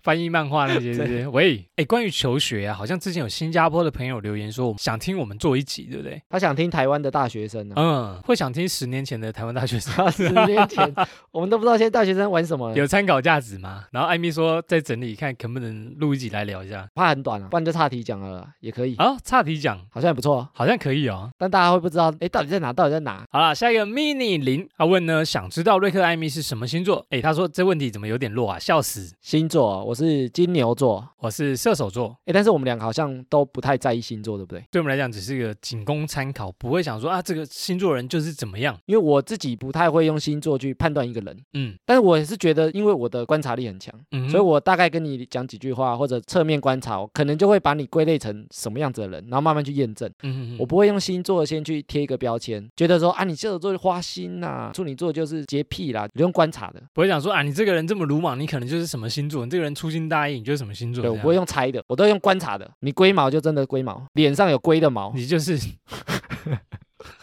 S2: 翻译漫画那 些这些。喂，哎，关于求学啊，好像之前有新加坡的朋友留言说，想听我们做一集，对不对？
S1: 他想听台湾的大学生啊。
S2: 嗯，会想听十年前的台湾大学 生。
S1: 他 十年前，我们都不知道现在大学生玩什么了，
S2: 哦有参考价值吗？然后艾米说再整理看，能不能录一集来聊一下。
S1: 怕很短啊，不然就岔题讲了啦，也可以，
S2: 好、差题讲
S1: 好像也不错、啊，
S2: 好像可以哦。
S1: 但大家会不知道，哎，到底在哪？到底在哪？
S2: 好啦，下一个 mini 零，他问呢，想知道瑞克艾米是什么星座？诶，他说这问题怎么有点弱啊，笑死。
S1: 星座座，我是金牛座。
S2: 我是射手座，
S1: 哎，但是我们两个好像都不太在意星座，对不对？
S2: 对我们来讲只是一个仅供参考，不会想说啊这个星座人就是怎么样。
S1: 因为我自己不太会用星座去判断一个人，
S2: 嗯
S1: 但是我也是觉得，因为我的观察力很强，
S2: 嗯哼，
S1: 所以我大概跟你讲几句话或者侧面观察，我可能就会把你归类成什么样子的人，然后慢慢去验证。
S2: 嗯哼
S1: 我不会用星座先去贴一个标签，觉得说啊，你射手座就花心呐、处女座就是洁癖啦，你用观察的，
S2: 不会讲说啊，你这个人这么鲁莽，你可能就是什么星座，你这个人粗心大意，你就是什么星座。
S1: 对我
S2: 这样
S1: 不会，用猜的，我都用观察的。你龟毛就真的龟毛，脸上有龟的毛，
S2: 你就是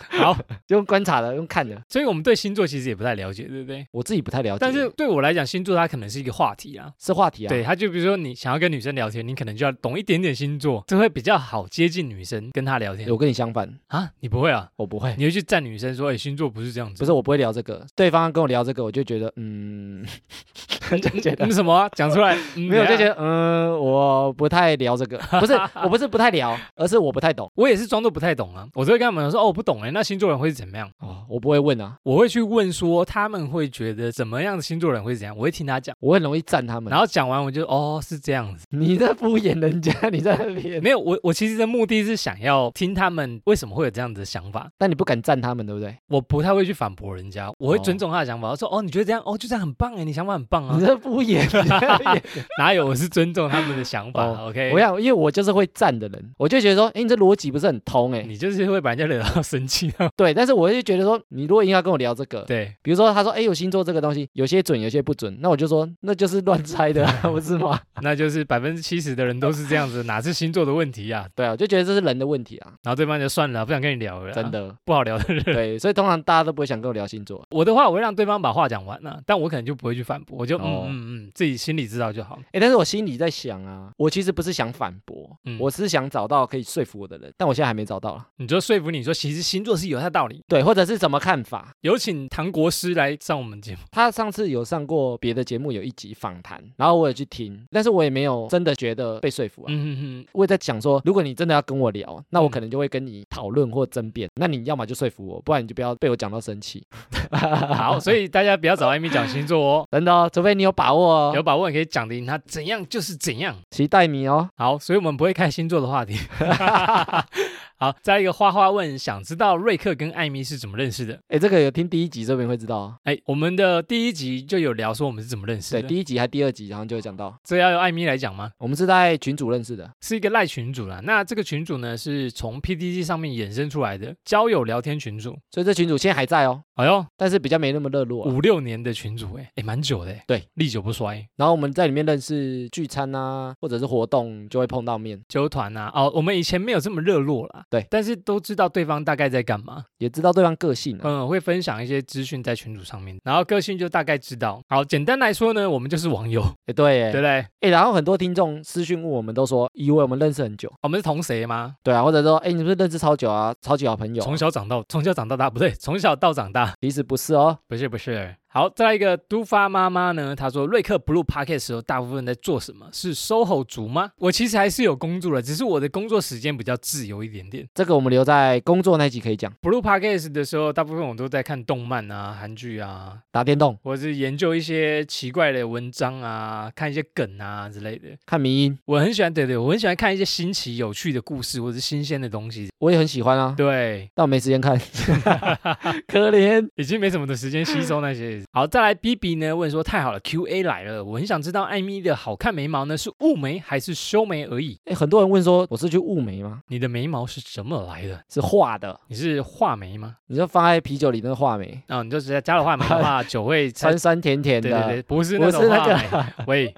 S2: 好。
S1: 用观察的，用看的。
S2: 所以我们对星座其实也不太了解，对不对？
S1: 我自己不太了解，
S2: 但是对我来讲，星座它可能是一个话题啊。
S1: 是话题啊。
S2: 对，它就比如说你想要跟女生聊天，你可能就要懂一点点星座，这会比较好接近女生跟她聊天
S1: 我跟你相反，
S2: 啊。你不会啊？
S1: 我不会。
S2: 你会去站女生说，哎、星座不是这样子，
S1: 不是我不会聊这个，对方跟我聊这个，我就觉得嗯， 就觉得
S2: 嗯什么、啊、讲出来？嗯
S1: 没有就觉，
S2: 怎样
S1: 得嗯，我不太聊这个，不是我不是不太聊，而是我不太懂
S2: 我也是装作不太懂啊。我都会跟他们讲说，哦，我不懂哎、那星座人会是怎么样？
S1: 哦，我不会问啊，
S2: 我会去问说他们会觉得怎么样的星座人会怎样，我会听他讲，
S1: 我很容易赞他们。
S2: 然后讲完我就哦是这样子，
S1: 你在敷衍人家，你在那边，
S2: 没有我我其实的目的是想要听他们为什么会有这样子的想法，
S1: 但你不敢赞他们，对不对？
S2: 我不太会去反驳人家，我会尊重他的想法，我说哦你觉得这样哦就这样很棒哎，你想法很棒啊
S1: 你，在敷衍。你 在敷衍
S2: 哪有我是尊重他们的想法、
S1: 哦
S2: o k
S1: 我想，因为我就是会赞的人，我就觉得说，哎，你这逻辑不是很通哎、
S2: 你就是会把人家惹到生气 啊，
S1: 对，但是我就觉得说，你如果硬要跟我聊这个，
S2: 对，
S1: 比如说他说，哎，有星座这个东西，有些准，有些不准，那我就说，那就是乱猜 的、啊，不是吗？
S2: 那就是百分之七十的人都是这样子，哪是星座的问题啊？
S1: 对啊，我就觉得这是人的问题啊，
S2: 然后对方就算了，不想跟你聊了啊，
S1: 真 的。
S2: 不好聊的人。
S1: 对，所以通常大家都不会想跟我聊星座。
S2: 我的话，我会让对方把话讲完了、啊但我可能就不会去反驳，我就嗯
S1: 哦
S2: 嗯嗯，自己心里知道就好。
S1: 哎，但是我心里在想啊，我其实不是想反驳，
S2: 嗯
S1: 我是想找到可以说服我的人，但我现在还没找到啊。
S2: 你就说服你说，其实星座是有它道理。
S1: 对，或者是怎么看法？
S2: 有请唐国师来上我们节目，
S1: 他上次有上过别的节目，有一集访谈，然后我有去听，但是我也没有真的觉得被说服啊。
S2: 嗯嗯嗯，
S1: 我也在想说，如果你真的要跟我聊，那我
S2: 嗯
S1: 可能就会跟你讨论或争辩。那你要么就说服我，不然你就不要被我讲到生气。嗯
S2: 好，所以大家不要找艾米讲星座哦，
S1: 真的哦，除非你有把握
S2: 有
S1: 哦，
S2: 把握你可以讲得赢他，怎样就是怎样。
S1: 期待你哦。
S2: 好，所以我们不会开星座的话题。 好，再来一个花花问，想知道瑞克跟艾米是怎么认识的？
S1: 哎，这个有听第一集这边会知道哦。
S2: 哎，我们的第一集就有聊说我们是怎么认识
S1: 对，
S2: 的，
S1: 第一集还第二集，好像就有讲到，
S2: 这要由艾米来讲吗？
S1: 我们是在群组认识的。
S2: 是一个赖群主啦。那这个群主呢，是从 PDD 上面衍生出来的交友聊天群主。
S1: 所以这群主现在还在哦，
S2: 哎呦，
S1: 但是比较没那么热络啊、
S2: 五六年的群主、哎，哎，蛮久的、哎
S1: 对，
S2: 历久不衰。
S1: 然后我们在里面认识聚餐啊，或者是活动就会碰到面，
S2: 纠团啊，哦，我们以前没有这么热络啦，
S1: 对
S2: 但是都知道对方大概在干嘛，
S1: 也知道对方个性、啊。
S2: 嗯，会分享一些资讯在群组上面，然后个性就大概知道。好，简单来说呢，我们就是网友，
S1: 哎、对耶，
S2: 对不对？
S1: 哎、然后很多听众私讯问我们，都说以为我们认识很久，
S2: 我们是同谁吗？
S1: 对啊，或者说哎、你是不是认识超久啊，超级好朋友啊、
S2: 从小长到从小长到大，不对，从小到长大，
S1: 其实不是哦，
S2: 不是不是。好，再来一个都发妈妈呢，她说瑞克 Blue Pocket 时候大部分在做什么？是 SOHO 族吗？我其实还是有工作的，只是我的工作时间比较自由一点点。
S1: 这个我们留在工作那一集可以讲，
S2: Blue Pocket 的时候，大部分我都在看动漫啊、韩剧啊，
S1: 打电动、
S2: 或者是研究一些奇怪的文章啊，看一些梗啊之类的。
S1: 看迷音，
S2: 我很喜欢，对对，我很喜欢看一些新奇有趣的故事或者是新鲜的东西。
S1: 我也很喜欢啊，
S2: 对，
S1: 但我没时 间看，可怜。
S2: 已经没什么的时间吸收 那些。好，再来 B B 呢？问说太好了，Q A 来了，我很想知道艾米的好看眉毛呢是雾眉还是修眉而已？
S1: 哎、很多人问说我是去雾眉吗？
S2: 你的眉毛是怎么来的？
S1: 是画的，
S2: 你是画眉吗？
S1: 你就放在啤酒里那个画眉，
S2: 啊、你就直接加了画眉 的话，酒会
S1: 酸酸甜甜的。
S2: 呃对对对，不是那
S1: 不
S2: 种
S1: 是那
S2: 画眉。
S1: 个，
S2: 喂，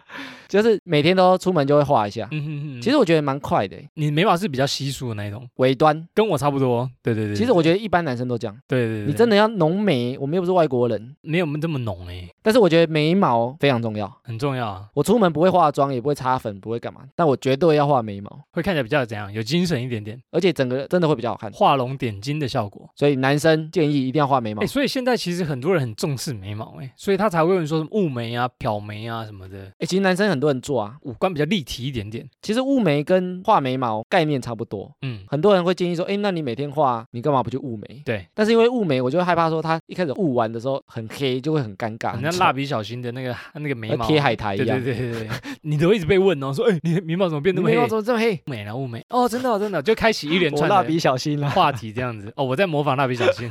S1: 就是每天都出门就会画一下。
S2: 嗯哼哼，
S1: 其实我觉得蛮快的欸，
S2: 你眉毛是比较稀疏的那一种，
S1: 尾端。
S2: 跟我差不多。对对对，
S1: 其实我觉得一般男生都这样，
S2: 对对对，
S1: 你真
S2: 的
S1: 的要浓眉，我们又不是外国人。
S2: 没有我们这么浓哎、
S1: 但是我觉得眉毛非常重要。
S2: 很重要啊，
S1: 我出门不会化妆，也不会擦粉，不会干嘛，但我绝对要画眉毛，
S2: 会看起来比较怎样，有精神一点点，
S1: 而且整个真的会比较好看。
S2: 画龙点睛的效果。
S1: 所以男生建议一定要画眉毛
S2: 哎、。所以现在其实很多人很重视眉毛、哎，所以他才会问说什么雾眉啊、漂眉啊什么的。
S1: 哎，其实男生很多人做啊。
S2: 五官比较立体一点点。
S1: 其实雾眉跟画眉毛概念差不多，
S2: 嗯，
S1: 很多人会建议说，哎，那你每天画，你干嘛不去雾眉？
S2: 对，
S1: 但是因为雾眉，我就害怕说它一开始雾完的时候很黑，就会很尴尬，
S2: 很像蜡笔小新的那个 那个眉
S1: 要
S2: 毛
S1: 贴海苔一
S2: 对
S1: 样
S2: 对。对对对，你都一直被问哦，说哎、你的眉毛怎么变那
S1: 你
S2: 么
S1: 眉
S2: 黑
S1: 毛？怎么这么黑？
S2: 美了雾眉哦，真的、哦、真的、哦，就开启一连
S1: 我
S2: 串
S1: 蜡
S2: 的
S1: 笔小新啊啦，
S2: 话题这样子。哦，我在模仿蜡 笔小新，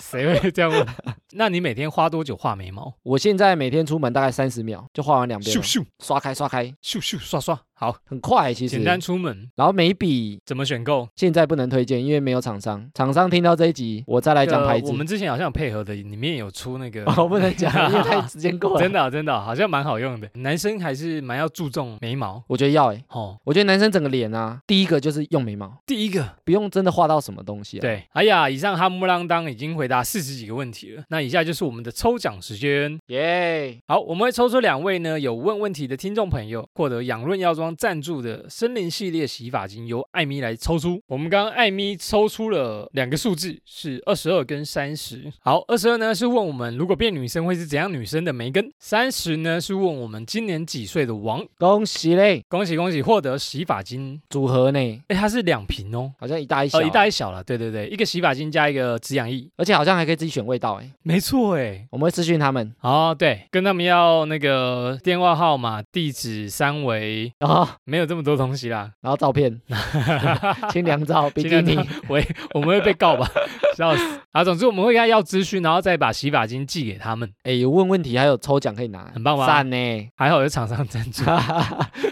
S2: 谁会这样问？那你每天花多久画眉毛？
S1: 我现在每天出门大概三十秒就画完两边啊
S2: 咻
S1: 了，
S2: 咻
S1: 刷开刷开，
S2: 咻咻刷刷，好，
S1: 很快其实。
S2: 简单。出门
S1: 然后眉笔
S2: 怎么选购？
S1: 现在不能推荐，因为没有厂商。厂商听到这一集，我再来讲
S2: 呃
S1: 牌子。，
S2: 我们之前好像有配合的，里面有出那个
S1: 哦不能讲，因为太时间够了。
S2: 真的啊、真的啊、好像蛮好用的。男生还是蛮要注重眉毛
S1: 我觉得要哎、
S2: 哦。
S1: 我觉得男生整个脸啊，第一个就是用眉毛，
S2: 第一个，
S1: 不用真的画到什么东西、啊。，
S2: 对，哎呀，以上哈木啷当已经回答四十几个问题了，那以下就是我们的抽奖时间。
S1: 耶、
S2: 好，我们会抽出两位呢有问问题的听众朋友，获得养润药妆赞助的森林系列洗发精，由艾咪来抽出。我们刚刚艾咪抽出了两个数字，是二十二跟三十。好，二十二呢是问我们如果变女生会是怎样女生的梅根，三十呢是问我们今年几岁的王。
S1: 恭喜嘞，
S2: 恭喜恭喜，获得洗发精，
S1: 组合呢
S2: 哎，它是两瓶哦。
S1: 好像一大一小、
S2: 呃，一大一小了，对对对，一个洗发精加一个止痒液，
S1: 而且好像还可以自己选味道哎、
S2: 没错哎，
S1: 我们会私讯他们
S2: 哦，对，跟他们要那个电话号码、地址、三维，
S1: 然后
S2: 没有这么多东西啦。
S1: 哦然后照 片、清凉照、比
S2: 尽
S1: 基
S2: 量
S1: 尼
S2: 这，样喂，我们会被告吧？, 笑死！啊，总之我们会跟他要资讯，然后再把洗发精寄给他们。
S1: 哎、有问问题还有抽奖可以拿，
S2: 很棒吧
S1: 赞呢，
S2: 还好有厂商赞助。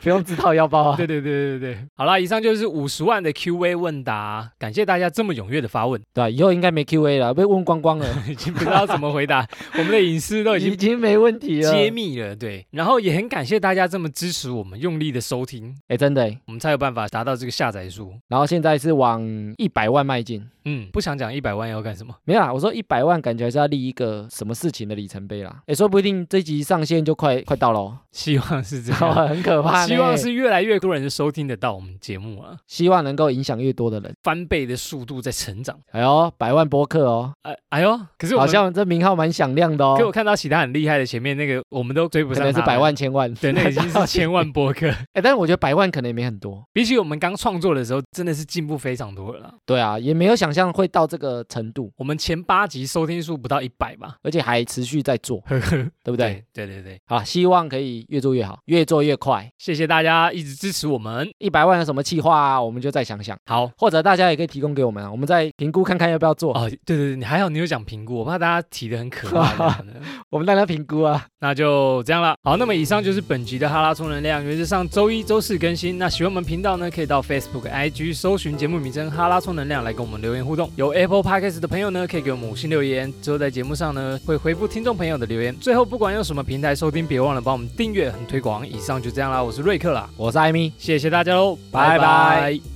S1: 不用自掏腰包啊。
S2: 对对对对对，好啦，以上就是五十万的 Q&A 问答，感谢大家这么踊跃的发问，
S1: 对，啊以后应该没 Q&A 了，被问光光了，
S2: 已经不知道怎么回答，我们的隐私 都 已经
S1: 已经没问题了。
S2: 揭
S1: 哎、
S2: 秘了，对，然后也很感谢大家这么支持我们，用力的收听，
S1: 真的、欸。
S2: 我们才有办法达到这个下载数。
S1: 然后现在是往一百万迈进。
S2: 嗯，不想讲一百万要干什么？
S1: 没有啦，我说一百万感觉还是要立一个什么事情的里程碑啦。欸诶，说不定这集上线就快快到了、 哦，
S2: 希望是这样，
S1: 很可怕呢。
S2: 啊希望是越来越多人收听得到我们节目啊，
S1: 希望能够影响越多的人。
S2: 翻倍的速度在成长。
S1: 哎呦，百万播客哦，
S2: 哎哎呦，可 是我
S1: 好
S2: 们
S1: 像这名号蛮响亮的哦
S2: 可，我看到其他很厉害的前面那个，我们都追不
S1: 可
S2: 上，
S1: 能是百。万千万。
S2: 对，那已经是千万播客，
S1: 哎，但是我觉得百万可能也没很多。
S2: 比起我们刚创作的时候，真的是进步非常多了啦。
S1: 对啊，也没有想象会到这个程度，
S2: 我们前八集收听数不到一百吧？
S1: 而且还持续在 做，
S2: 呵呵，
S1: 对不对？
S2: 对对对对，
S1: 好，希望可以越做越好，越做越快。
S2: 谢谢大家一直支持我们。
S1: 一百万有什么计划啊？我们就再想想，
S2: 好，
S1: 或者大家也可以提供给我们啊，我们再评估看看要不要做。
S2: 哦，对对对，你还好，你有讲评估，我怕大家提的很可 怕这样的。
S1: 我们大家评估啊。
S2: 那就这样了。好，那么以上就是本集的哈拉充能量，原则上周一、周四更新。那喜欢我们频道呢，可以到 Facebook、IG 搜寻节目名称“哈拉充能量”来跟我们留言互动。有 Apple Podcast 的朋友呢，可以给我们五星留言，之后在节目上呢会回复听众朋友的留言。最后，不管用什么平台收听，别忘了帮我们订阅和推广。以上就这样啦，我是瑞克啦，
S1: 我是艾米。
S2: 谢谢大家喽，
S1: 拜拜
S2: 拜拜